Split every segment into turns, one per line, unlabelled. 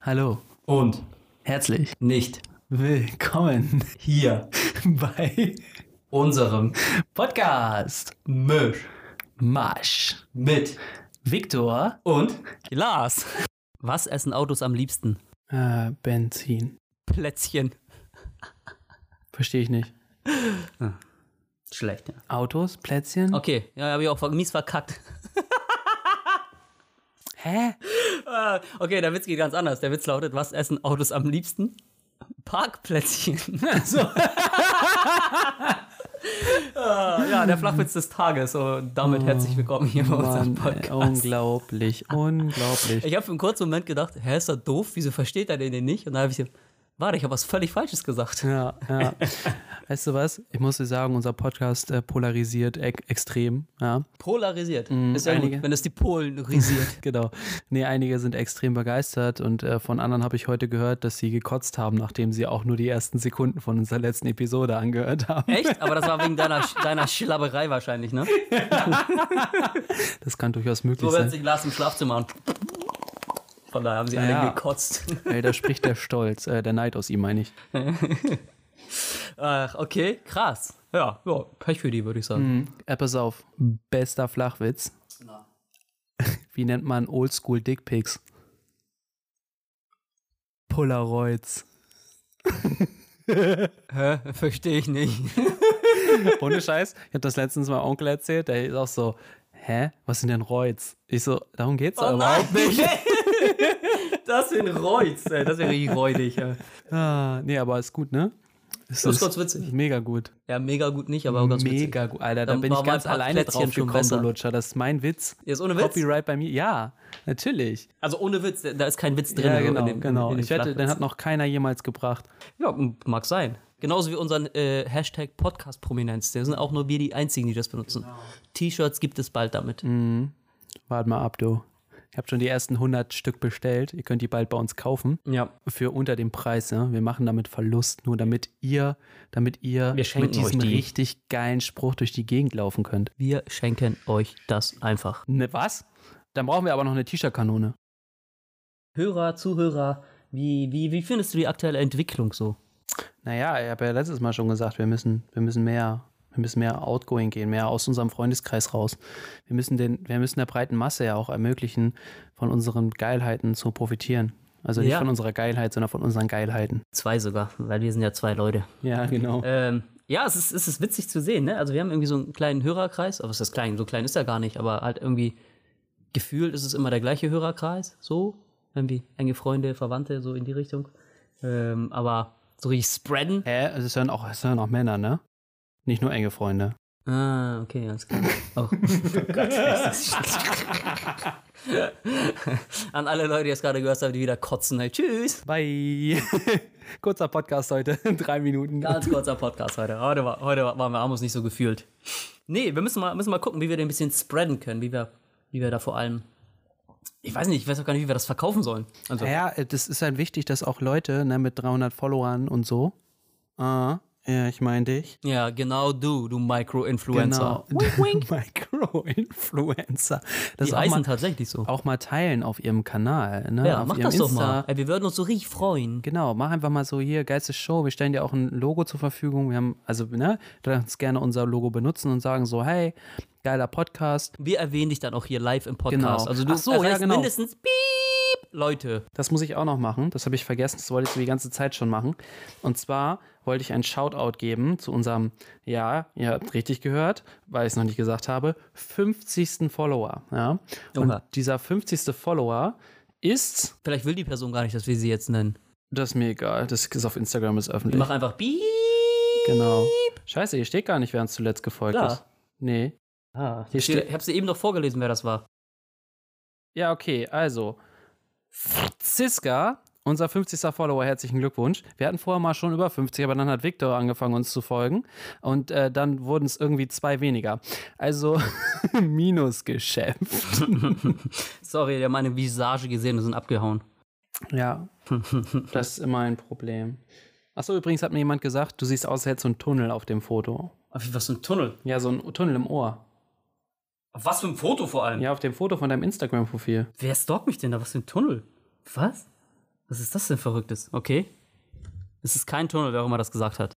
Hallo,
Und
herzlich
nicht
willkommen
hier
bei
unserem
Podcast
Misch
Marsch.
mit
Viktor,
und
Lars, was essen Autos am liebsten?
äh, Benzin.
Plätzchen.
Verstehe ich nicht.
Schlecht, ja.
Autos, Plätzchen?
Okay, ja, habe ich auch ver- mies verkackt.
Hä?
Ah, Okay, der Witz geht ganz anders. Der Witz lautet, was essen Autos am liebsten? Parkplätzchen.
So.
Ah, ja, der Flachwitz des Tages. Und damit herzlich willkommen hier bei unserem
Mann, ey, oh
Podcast.
unglaublich, unglaublich.
Ich habe für einen kurzen Moment gedacht, hä, ist er doof? Wieso versteht er den denn nicht? Und dann habe ich gedacht, warte, ich habe was völlig Falsches gesagt.
Ja, ja. Weißt du was? Ich muss dir sagen, unser Podcast äh, polarisiert e extrem. Ja,
Polarisiert. ist ja
Mhm, einige.
gut, wenn es die Polen risiert.
genau. Nee, einige sind extrem begeistert und äh, von anderen habe ich heute gehört, dass sie gekotzt haben, nachdem sie auch nur die ersten Sekunden von unserer letzten Episode angehört haben.
Echt? Aber das war wegen deiner, deiner Schlabberei wahrscheinlich, ne?
Das kann durchaus möglich
So hört
sein.
sich Lars im Schlafzimmer an. Von daher haben sie
Ja.
alle gekotzt.
Ey, da spricht der Stolz, äh, der Neid aus ihm, meine ich.
Ach, okay, krass. Ja, ja, Pech für die, würde ich sagen.
Äh, pass auf, bester Flachwitz.
Na.
Wie nennt man Oldschool Dickpics? Polaroids. Mhm.
Hä? Verstehe ich nicht.
Ohne Scheiß. Ich habe das letztens meinem Onkel erzählt, der ist auch so, hä, was sind denn Reutz? Ich so, darum
Oh
geht's doch überhaupt nicht.
das sind Reutz, ey. Das wäre richtig räudig, ja.
Ah, nee, aber ist gut, ne? Ist,
Das ist ganz witzig.
Mega gut.
Ja, mega gut nicht, aber auch ganz witzig.
mega gut. Alter, da
Dann
bin
war
ich
mein
ganz alleine
Parkplätzchen
drauf
schon
gekommen, du
besser.
Lutscher. Das ist mein Witz.
Jetzt ohne Witz.
Copyright bei mir. Ja, natürlich.
Also ohne Witz, da ist kein Witz drin. ne,
ja,
in
genau,
dem-
genau.
in dem
ich wette, den
Flachwitz.
hat noch keiner jemals gebracht.
Ja, m- mag sein. Genauso wie unseren äh, Hashtag Podcast-Prominenz. Da sind auch nur wir die Einzigen, die das benutzen.
Genau.
T-Shirts gibt es bald damit.
Mhm. Wart mal ab, du. Ich habe schon die ersten 100 Stück bestellt. Ihr könnt die bald bei uns kaufen.
Ja.
Für unter dem Preis. Ne? Wir machen damit Verlust, nur damit ihr, damit ihr
Wir schenken
mit diesem
euch die.
richtig geilen Spruch durch die Gegend laufen könnt.
Wir schenken euch das einfach.
Ne, was? Dann brauchen wir aber noch eine T-Shirt-Kanone.
Hörer, Zuhörer, wie, wie, wie findest du die aktuelle Entwicklung so?
Naja, ich habe ja letztes Mal schon gesagt, wir müssen, wir müssen mehr, wir müssen mehr outgoing gehen, mehr aus unserem Freundeskreis raus. Wir müssen den, wir müssen der breiten Masse ja auch ermöglichen, von unseren Geilheiten zu profitieren. Also nicht
Ja.
von unserer Geilheit, sondern von unseren Geilheiten.
Zwei sogar, weil wir sind ja zwei Leute.
Ja, genau.
Ähm, ja, es ist, es ist witzig zu sehen, ne? Also wir haben irgendwie so einen kleinen Hörerkreis, aber es ist klein, so klein ist er gar nicht, aber halt irgendwie gefühlt ist es immer der gleiche Hörerkreis, so. Irgendwie enge Freunde, Verwandte, so in die Richtung. Ähm, aber so richtig spreaden.
Hä? Also es hören auch, es hören auch Männer, ne? Nicht nur enge Freunde.
Ah, okay, alles klar. Oh. An alle Leute, die das gerade gehört haben, die wieder kotzen. Hey, tschüss.
Bye. Kurzer Podcast heute, drei Minuten.
Ganz kurzer Podcast heute. Heute, war, heute war- waren wir Amos nicht so gefühlt. Nee, wir müssen mal, müssen mal gucken, wie wir den ein bisschen spreaden können, wie wir, wie wir da vor allem. Ich weiß nicht, ich weiß auch gar nicht, wie wir das verkaufen sollen. Also,
Ja, das ist halt wichtig, dass auch Leute ne, mit 300 Followern und so. Ah, ja, ich meine dich.
ja, genau du, du Micro-Influencer.
Genau. Micro-Influencer. Das
Die
auch
heißen
mal,
tatsächlich so.
auch mal teilen auf ihrem Kanal. Ne?
Ja,
auf
mach
ihrem
das doch
Insta.
mal. Ey, wir würden uns so richtig freuen.
Genau, mach einfach mal so hier, geilste Show. Wir stellen dir auch ein Logo zur Verfügung. Wir haben, also, ne, du darfst gerne unser Logo benutzen und sagen so, hey, geiler Podcast.
Wir erwähnen dich dann auch hier live im Podcast.
Genau.
Also du
Ach so,
erreichst
ja, genau.
mindestens piep, Leute.
Das muss ich auch noch machen. Das habe ich vergessen. Das wollte ich so die ganze Zeit schon machen. Und zwar wollte ich einen Shoutout geben zu unserem, ja, ihr habt richtig gehört, weil ich es noch nicht gesagt habe, 50. Follower. Ja. Und
Oha.
dieser 50. Follower ist,
Vielleicht will die Person gar nicht, dass wir sie jetzt nennen.
das ist mir egal, das ist auf Instagram ist
Wir
öffentlich.
machen einfach piep.
Genau. Scheiße, hier steht gar nicht, wer uns zuletzt gefolgt
Klar.
ist. Nee.
Ah,
Hier
hier
steht-
steht, ich hab's dir eben noch vorgelesen, wer das war.
Ja, okay, also. Ziska, unser 50. Follower, herzlichen Glückwunsch. Wir hatten vorher mal schon über 50, aber dann hat Victor angefangen, uns zu folgen. Und äh, dann wurden es irgendwie zwei weniger. Also Minusgeschäft.
Sorry, der hat meine Visage gesehen und sind abgehauen.
Ja, das ist immer ein Problem. Achso, übrigens hat mir jemand gesagt, du siehst aus, als hättest du einen Tunnel auf dem Foto.
Was für ein Tunnel?
Ja, so ein Tunnel im Ohr.
Auf was für ein Foto vor allem?
Ja, auf dem Foto von deinem Instagram-Profil.
Wer stalkt mich denn da? Was für ein Tunnel? Was? Was ist das denn Verrücktes? Okay. Es ist kein Tunnel, wer auch immer das gesagt hat.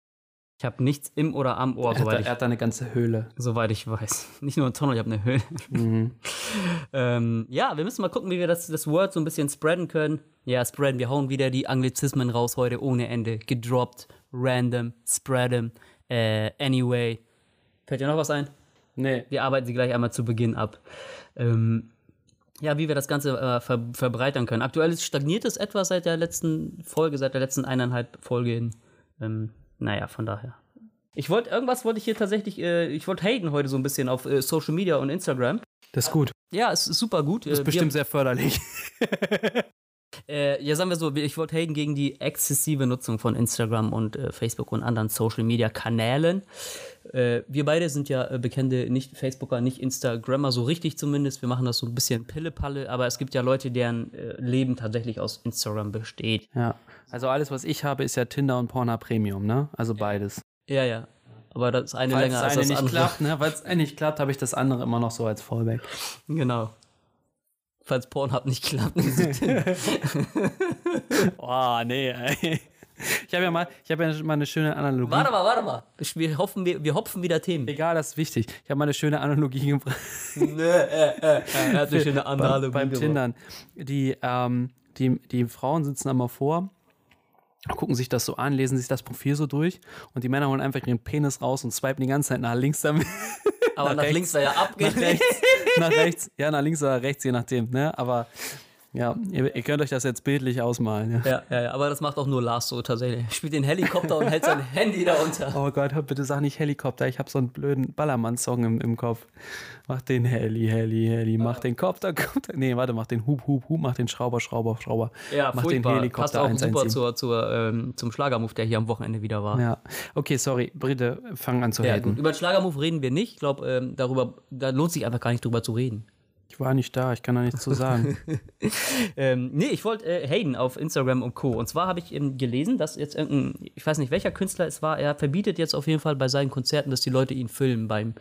Ich habe nichts im oder am Ohr,
Er hat, da,
soweit ich,
er hat da eine ganze Höhle.
soweit ich weiß. Nicht nur ein Tunnel, ich habe eine Höhle.
Mhm.
Ähm, ja, wir müssen mal gucken, wie wir das, das Word so ein bisschen spreaden können. Ja, spreaden. Wir hauen wieder die Anglizismen raus heute ohne Ende. Gedroppt, random, spreadem, äh, anyway. Fällt dir noch was ein?
Nee.
Wir arbeiten sie gleich einmal zu Beginn ab. Ähm, ja, wie wir das Ganze äh, ver verbreitern können. Aktuell ist- stagniert es etwas seit der letzten Folge, seit der letzten eineinhalb Folge. Ähm, naja, von daher. Ich wollte, irgendwas wollte ich hier tatsächlich, äh, ich wollte Hayden heute so ein bisschen auf äh, Social Media und Instagram.
Das ist gut.
Ja, es ist super gut.
Das ist
Äh,
bestimmt sehr förderlich.
Äh, ja, sagen wir so, ich wollte Hayden gegen die exzessive Nutzung von Instagram und äh, Facebook und anderen Social-Media-Kanälen. Äh, wir beide sind ja äh, bekannte nicht Facebooker, nicht Instagrammer, so richtig zumindest. Wir machen das so ein bisschen Pille-Palle, aber es gibt ja Leute, deren äh, Leben tatsächlich aus Instagram besteht.
Ja. Also alles, was ich habe, ist ja Tinder und Pornhub Premium, ne? Also beides.
Ja, ja. Aber das eine
Falls das
länger
eine
als das
nicht
andere.
klappt, ne? Weil es eine nicht klappt, habe ich das andere immer noch so als Fallback.
Genau. Falls Pornhub nicht klappt.
Oh, nee, ey. Ich habe ja mal, ich habe ja mal eine schöne Analogie.
warte mal, warte mal. Wir, hoffen, wir, wir hopfen wieder Themen.
Egal, das ist wichtig. Ich habe mal eine schöne Analogie gebracht.
Nö, äh, äh, äh. Er hat eine schöne Analogie
beim
gebracht.
Tindern. Die, ähm, die, die Frauen sitzen einmal vor, gucken sich das so an, lesen sich das Profil so durch und die Männer holen einfach ihren Penis raus und swipen die ganze Zeit nach links damit.
Aber
Nach
nach,
rechts.
links war ja
Nach
abgelehnt.
rechts, nach rechts, ja, nach links oder rechts, je nachdem, ne? Aber ja, ihr, ihr könnt euch das jetzt bildlich ausmalen. Ja.
Ja, ja, ja, aber das macht auch nur Lars so tatsächlich. Er spielt den Helikopter und hält sein Handy da unter.
Oh Gott, hör bitte sag nicht Helikopter. Ich habe so einen blöden Ballermann-Song im, im Kopf. Mach den Heli, Heli, Heli. Mach den Kopter, Kopter. Nee, warte, mach den Hub, Hub, Hub. Mach den Schrauber, Schrauber, Schrauber.
Ja,
mach
furchtbar.
den Helikopter
Passt auch super
117.
zur, zur, ähm, zum Schlagermove, der hier am Wochenende wieder war.
Ja. Okay, sorry. Britte, fang an zu
Ja, gut.
haten.
Über den Schlagermove reden wir nicht. Ich glaube, ähm, darüber, da lohnt sich einfach gar nicht drüber zu reden.
Ich war nicht da, ich kann da nichts zu sagen.
Ähm, nee, ich wollte äh, Hayden auf Instagram und Co. Und zwar habe ich ähm, gelesen, dass jetzt irgendein, ich weiß nicht welcher Künstler es war, er verbietet jetzt auf jeden Fall bei seinen Konzerten, dass die Leute ihn filmen beim,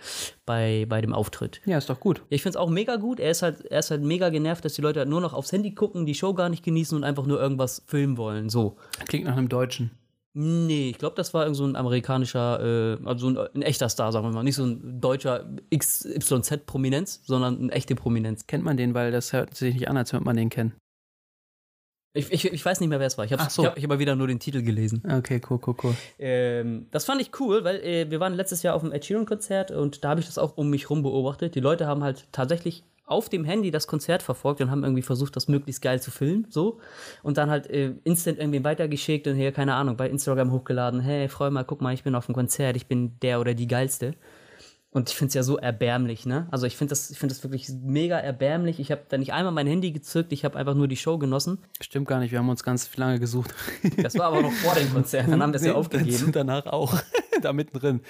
bei, bei dem Auftritt.
ja, ist doch gut.
Ja, ich find's auch mega gut. Er ist, halt, er ist halt mega genervt, dass die Leute halt nur noch aufs Handy gucken, die Show gar nicht genießen und einfach nur irgendwas filmen wollen. So.
Klingt nach einem Deutschen.
Nee, ich glaube, das war irgend so ein amerikanischer, äh, also ein, ein echter Star, sagen wir mal. Nicht so ein deutscher XYZ-Prominenz, sondern eine echte Prominenz.
Kennt man den, weil das hört sich nicht an, als würde man den kennen.
Ich, ich, ich weiß nicht mehr, wer es war. Ich habe
Ach so.
ich hab, ich hab mal wieder nur den Titel gelesen.
Okay, cool, cool, cool.
Ähm, das fand ich cool, weil äh, wir waren letztes Jahr auf dem Ed Sheeran-Konzert und da habe ich das auch um mich rum beobachtet. Die Leute haben halt tatsächlich auf dem Handy das Konzert verfolgt und haben irgendwie versucht, das möglichst geil zu filmen, so. Und dann halt äh, instant irgendwie weitergeschickt und hier, keine Ahnung, bei Instagram hochgeladen, hey, freu mal, guck mal, ich bin auf dem Konzert, ich bin der oder die Geilste. Und ich finde es ja so erbärmlich, ne? Also ich finde das, ich find das wirklich mega erbärmlich. Ich habe da nicht einmal mein Handy gezückt, ich habe einfach nur die Show genossen.
Stimmt gar nicht, wir haben uns ganz lange gesucht.
Das war aber noch vor dem Konzert, dann haben wir es ja aufgegeben.
Danach auch. da mittendrin.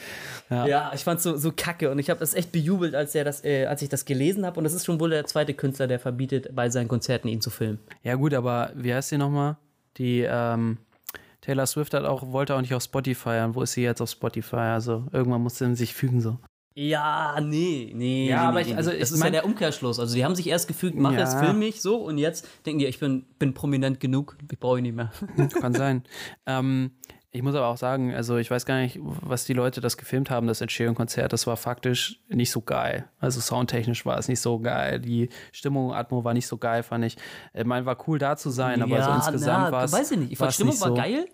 Ja, ich fand's so, so kacke und ich habe das echt bejubelt, als, er das, äh, als ich das gelesen habe. Und das ist schon wohl der zweite Künstler, der verbietet, bei seinen Konzerten ihn zu filmen.
Ja, gut, aber wie heißt sie nochmal? Die ähm, Taylor Swift hat auch, wollte auch nicht auf Spotify. Und wo ist sie jetzt auf Spotify? Also irgendwann muss sie sich fügen so.
Ja, nee, nee.
Ja,
nee,
aber
nee,
ich-
nee.
also
das
ich
ist ja
mein-
der Umkehrschluss. Also, die haben sich erst gefügt, mach
Ja.
jetzt, film mich so und jetzt denken die, ich bin, bin prominent genug, ich brauche ihn nicht mehr.
Kann sein. ähm, ich muss aber auch sagen, also ich weiß gar nicht, was die Leute das gefilmt haben, das Ed Sheeran-Konzert. Das war faktisch nicht so geil. Also soundtechnisch war es nicht so geil. Die Stimmung, Atmo war nicht so geil, fand ich. Ich meine, war cool da zu sein, aber so insgesamt war es.
Weiß ich nicht. Ich fand,
war's
Stimmung war
so.
geil.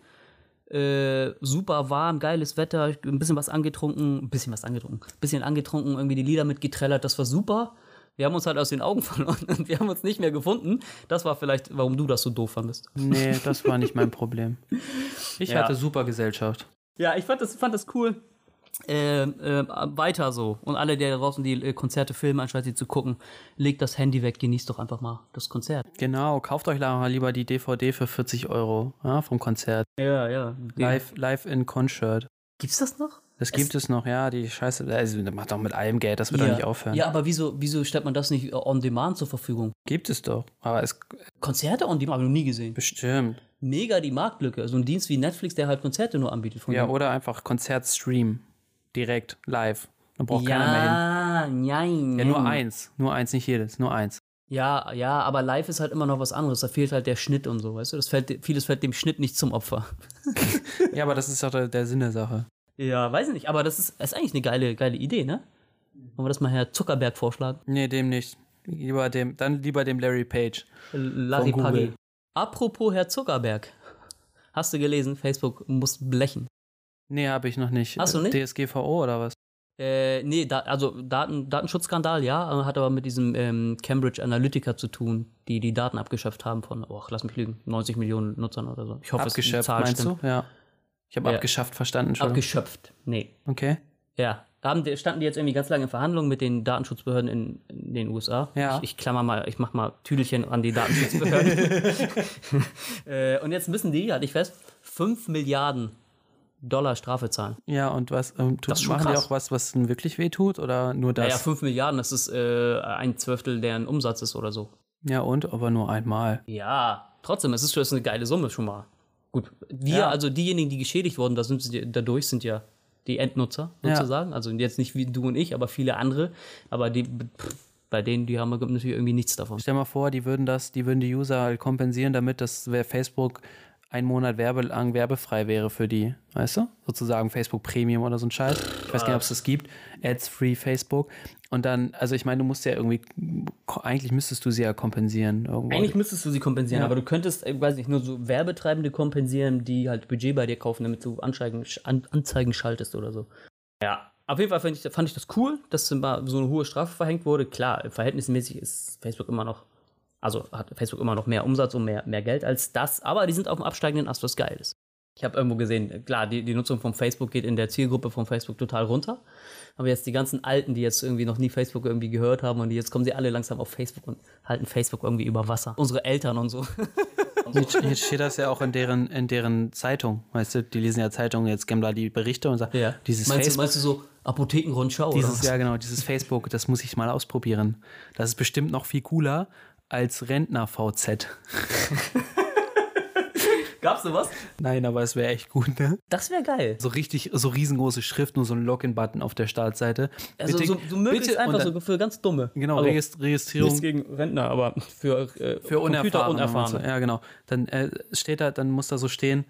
Äh, super warm, geiles Wetter, ein bisschen was angetrunken, ein bisschen was angetrunken, ein bisschen angetrunken, irgendwie die Lieder mitgetrellert, das war super. Wir haben uns halt aus den Augen verloren und wir haben uns nicht mehr gefunden. Das war vielleicht, warum du das so doof fandest.
Nee, das war nicht mein Problem. Ich
Ja.
hatte super Gesellschaft.
Ja, ich fand das, fand das cool. Ähm, ähm, weiter so. Und alle, die da draußen die äh, Konzerte filmen, anstatt sie zu gucken, legt das Handy weg, genießt doch einfach mal das Konzert.
Genau, kauft euch la- lieber die DVD für 40 Euro ja, vom Konzert.
Ja, ja.
Live, live in Concert.
Gibt's das noch?
Das gibt es, noch, ja, die Scheiße. Also, das macht doch mit allem Geld, das wird doch nicht aufhören.
Ja, aber wieso, wieso stellt man das nicht äh, on demand zur Verfügung?
Gibt es doch. Aber es
Konzerte on demand habe ich noch nie gesehen.
bestimmt.
Mega die Marktlücke. So ein Dienst wie Netflix, der halt Konzerte nur anbietet. Von
Ja,
denen.
oder einfach Konzertstream. Direkt, live. Dann braucht keiner mehr hin.
ja, nein.
Ja, nur eins. Nur eins, nicht jedes. Nur eins.
Ja, ja, aber live ist halt immer noch was anderes. Da fehlt halt der Schnitt und so, weißt du? Das fällt, vieles fällt dem Schnitt nicht zum Opfer.
Ja, aber das ist doch der, der Sinn der Sache.
Ja, weiß ich nicht, aber das ist, ist eigentlich eine geile, geile Idee, ne? Wollen wir das mal Herr Zuckerberg vorschlagen?
Nee, dem nicht. Lieber dem, dann lieber dem Larry Page.
Larry
Von Google.
Pagi. Apropos Herr Zuckerberg. Hast du gelesen, Facebook muss blechen.
Nee, habe ich noch nicht.
Ach so, nicht?
DSGVO oder was?
Äh, nee, da, also Daten, Datenschutzskandal, ja, äh, hat aber mit diesem ähm, Cambridge Analytica zu tun, die die Daten abgeschöpft haben von, oh, lass mich lügen, 90 Millionen Nutzern oder so. Ich hoffe, es ist die
Abgeschöpft,
Zahl
meinst
stimmt.
du? Ja. Ich habe
Ja.
abgeschafft verstanden schon.
Abgeschöpft, nee.
okay.
Ja, haben, die- standen die jetzt irgendwie ganz lange in Verhandlungen mit den Datenschutzbehörden in, in den USA.
Ja.
Ich, ich klammer mal, ich mach mal Tüdelchen an die Datenschutzbehörden. äh, und jetzt müssen die, hatte ich fest, 5 Milliarden Dollar Strafe zahlen.
Ja, und was ähm, tut,
ist schon
machen die
krass.
auch was, was ihnen wirklich wehtut oder nur
Naja,
das?
5 Milliarden, das ist äh, ein Zwölftel deren Umsatz ist oder so.
ja, und aber nur einmal.
Ja, trotzdem, es ist schon eine geile Summe schon mal. Gut, wir,
Ja.
also diejenigen, die geschädigt wurden, da sind, sie- dadurch sind ja die Endnutzer
Ja.
sozusagen. Also jetzt nicht wie du und ich, aber viele andere. Aber die, pff, bei denen, die haben wir natürlich irgendwie nichts davon.
Stell mal vor, die würden das, die würden die User halt kompensieren, damit das wär Facebook einen Monat werbelang werbefrei wäre für die, weißt du? Sozusagen Facebook Premium oder so ein Scheiß. Ich weiß gar nicht, ob es das gibt. Ads-free Facebook. Und dann, also ich meine, du musst ja irgendwie, eigentlich müsstest du sie ja kompensieren. Irgendwo.
Eigentlich müsstest du sie kompensieren, aber du könntest, ich weiß nicht, nur so Werbetreibende kompensieren, die halt Budget bei dir kaufen, damit du Anzeigen, An Anzeigen schaltest oder so. Ja. Auf jeden Fall fand ich, fand ich das cool, dass mal so eine hohe Strafe verhängt wurde. Klar, verhältnismäßig ist Facebook immer noch, also hat Facebook immer noch mehr Umsatz und mehr, mehr Geld als das, aber die sind auf dem absteigenden Ast, was geil ist. Ich habe irgendwo gesehen, klar, die, die Nutzung von Facebook geht in der Zielgruppe von Facebook total runter. Aber jetzt die ganzen Alten, die jetzt irgendwie noch nie Facebook irgendwie gehört haben und die jetzt kommen sie alle langsam auf Facebook und halten Facebook irgendwie über Wasser. Unsere Eltern und so.
Jetzt, jetzt steht das ja auch in deren, in deren Zeitung. Weißt du, die lesen ja Zeitungen, jetzt geben da die Berichte und sagen, dieses
meinst, du,
Facebook.
meinst du so Apothekenrundschau oder
Dieses,
was?
ja, genau, dieses Facebook, das muss ich mal ausprobieren. Das ist bestimmt noch viel cooler als Rentner-VZ.
Gab's sowas?
Nein, aber es wäre echt gut, ne?
Das wäre geil.
So richtig, so riesengroße Schrift, nur so ein Login-Button auf der Startseite.
Also so, so möglichst
bitte-
einfach
und dann-
so für ganz dumme.
Genau,
also,
Regist-
nichts
Registrierung
gegen Rentner, aber für, äh,
für Unerfahrene.
Computerunerfahrene.
Ja, genau. Dann äh, steht da, dann muss da so stehen,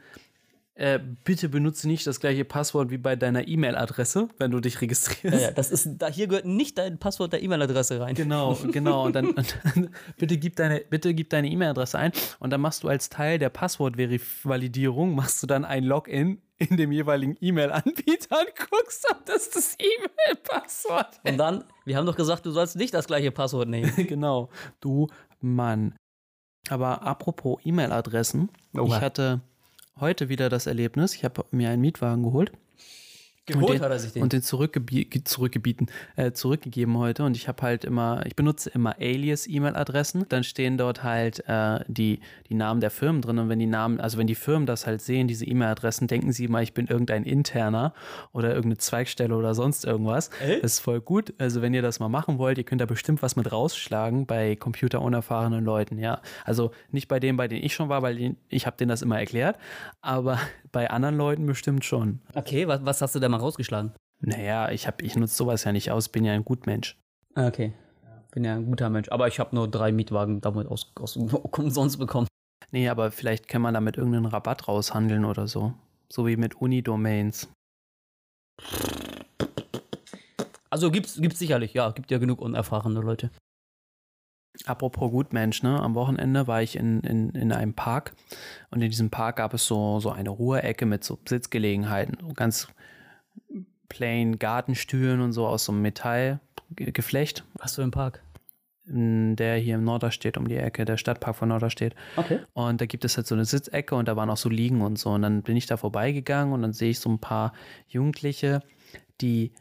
äh, bitte benutze nicht das gleiche Passwort wie bei deiner E-Mail-Adresse, wenn du dich registrierst.
Ja, ja, das ist, da, hier gehört nicht dein Passwort der E-Mail-Adresse rein.
Genau, genau. Und dann, und dann bitte gib deine, bitte gib deine E-Mail-Adresse ein und dann machst du als Teil der Passwortvalidierung machst du dann ein Login in dem jeweiligen E-Mail-Anbieter und guckst, ob das das E-Mail-Passwort
Und dann, wir haben doch gesagt, du sollst nicht das gleiche Passwort nehmen.
ist. Genau, du Mann. Aber apropos E-Mail-Adressen,
Oha.
ich hatte heute wieder das Erlebnis, ich habe mir einen Mietwagen geholt und
Geholt
den,
hat er sich den.
Und den zurückgebie ge- zurückgebieten, äh, zurückgegeben heute. Und ich habe halt immer, ich benutze immer Alias-E-Mail-Adressen. Dann stehen dort halt äh, die, die Namen der Firmen drin. Und wenn die Namen, also wenn die Firmen das halt sehen, diese E-Mail-Adressen, denken sie mal, ich bin irgendein interner oder irgendeine Zweigstelle oder sonst irgendwas.
Äh?
Das ist voll gut. Also wenn ihr das mal machen wollt, ihr könnt da bestimmt was mit rausschlagen bei computerunerfahrenen Leuten, ja. Also nicht bei denen, bei denen ich schon war, weil die- ich habe denen das immer erklärt, aber bei anderen Leuten bestimmt schon.
okay, was, was hast du da mal rausgeschlagen?
Naja, ich, hab, ich nutze sowas ja nicht aus, bin ja ein Gutmensch.
Ah, Okay. Bin ja ein guter Mensch. Aber ich habe nur drei Mietwagen damit aus, aus umsonst bekommen.
Nee, aber vielleicht kann man damit irgendeinen Rabatt raushandeln oder so. So wie mit Unidomains.
Also gibt's, gibt's sicherlich, ja, gibt ja genug unerfahrene Leute.
Apropos Gutmensch, ne? Am Wochenende war ich in, in, in einem Park und in diesem Park gab es so, so eine Ruheecke mit so Sitzgelegenheiten, so ganz plain Gartenstühlen und so aus so einem Metallgeflecht,
Was für ein Park.
m, der hier im Norderstedt um die Ecke, der Stadtpark von Norderstedt.
Okay.
Und da gibt es halt so eine Sitzecke und da waren auch so Liegen und so. Und dann bin ich da vorbeigegangen und dann sehe ich so ein paar Jugendliche, die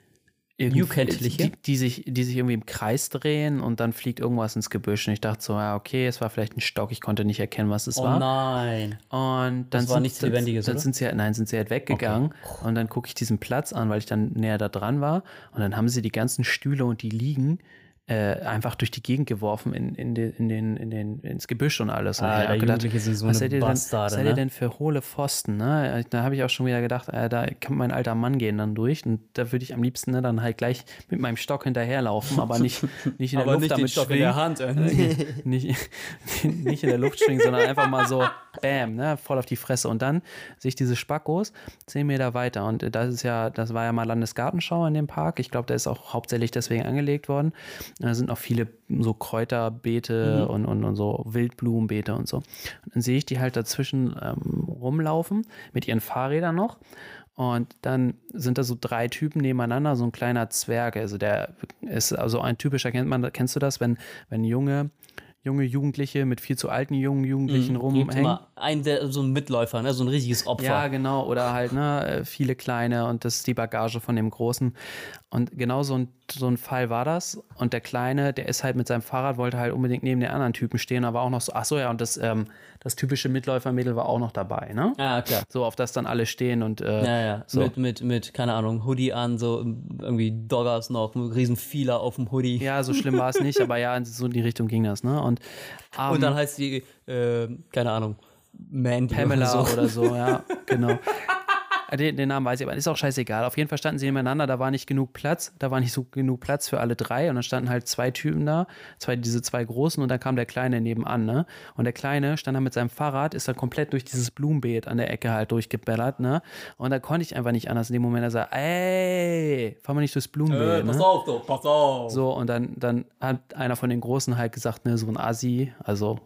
irgendwie-
Jugendliche?
Die, die, sich, die sich irgendwie im Kreis drehen und dann fliegt irgendwas ins Gebüsch. Und ich dachte so, ja, okay, es war vielleicht ein Stock, ich konnte nicht erkennen, was es
Oh
war.
nein.
Und dann
Das war
sind,
nichts
dann,
Lebendiges,
dann
oder?
sind sie halt, nein, sind sie halt weggegangen und dann gucke ich diesen Platz an, weil ich dann näher da dran war und dann haben sie die ganzen Stühle und die Liegen äh, einfach durch die Gegend geworfen in, in, den, in, den, in den, ins Gebüsch und alles. Und
Ah,
ich hab
der Jugendliche sind so
was
eine
seid ihr, denn, was
Bastarde,
seid
ne?
ihr denn für hohle Pfosten? Ne? Da habe ich auch schon wieder gedacht, äh, da kann mein alter Mann gehen dann durch und da würde ich am liebsten ne, dann halt gleich mit meinem Stock hinterherlaufen, aber nicht, nicht in der äh,
Aber
Luft
nicht den
damit
Stock in
schwingen.
der Hand. irgendwie.
nicht, nicht in der Luft schwingen, sondern einfach mal so, bam, ne, voll auf die Fresse. Und dann sehe ich diese Spackos zehn Meter weiter. Und äh, das ist ja, das war ja mal Landesgartenschau in dem Park. Ich glaube, der ist auch hauptsächlich deswegen angelegt worden. Da sind auch viele so Kräuterbeete und, und, und so Wildblumenbeete und so. Und dann sehe ich die halt dazwischen ähm, rumlaufen, mit ihren Fahrrädern noch. Und dann sind da so drei Typen nebeneinander, so ein kleiner Zwerg. Also der ist also ein typischer, kennt man, kennst du das, wenn, wenn junge, junge Jugendliche mit viel zu alten jungen Jugendlichen
Gibt
rumhängen?
Mhm, immer einen, der, so ein Mitläufer, ne? so ein richtiges Opfer.
Ja, genau. Oder halt, ne, äh, viele kleine und das ist die Bagage von dem Großen. Und genau so ein, so ein Fall war das. Und der Kleine, der ist halt mit seinem Fahrrad, wollte halt unbedingt neben den anderen Typen stehen, aber auch noch so, ach so, ja, und das, ähm, das typische Mitläufermädel war auch noch dabei, ne?
ja klar.
So, auf das dann alle stehen und äh,
Ja, ja.
so.
Mit, mit, mit, keine Ahnung, Hoodie an, so irgendwie Doggers noch, ein riesen Fieler auf dem Hoodie.
Ja, so schlimm war es nicht, aber ja, so in die Richtung ging das, ne? Und, ähm,
Und dann heißt die, äh, keine Ahnung, Mandy
Pamela
oder so.
oder so, ja, genau. Den, den Namen weiß ich, aber ist auch scheißegal. Auf jeden Fall standen sie nebeneinander, da war nicht genug Platz, da war nicht so genug Platz für alle drei und dann standen halt zwei Typen da, zwei, diese zwei Großen und dann kam der Kleine nebenan, ne? Und der Kleine stand da mit seinem Fahrrad, ist dann komplett durch dieses Blumenbeet an der Ecke halt durchgebellert, ne? Und da konnte ich einfach nicht anders in dem Moment, da sah, ey, fahr mal nicht durchs Blumenbeet, ne?
auf doch, Äh, pass auf.
So, und dann, dann hat einer von den Großen halt gesagt, ne, so ein Assi, also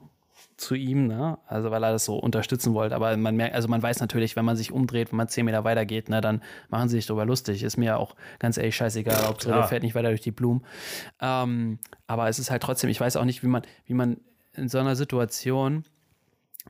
zu ihm, ne? Also weil er das so unterstützen wollte. Aber man merkt, also man weiß natürlich, wenn man sich umdreht, wenn man zehn Meter weiter geht, ne, dann machen sie sich drüber lustig. Ist mir ja auch ganz ehrlich scheißegal, ob der fährt nicht weiter durch die Blumen. Ähm, aber es ist halt trotzdem, ich weiß auch nicht, wie man, wie man in so einer Situation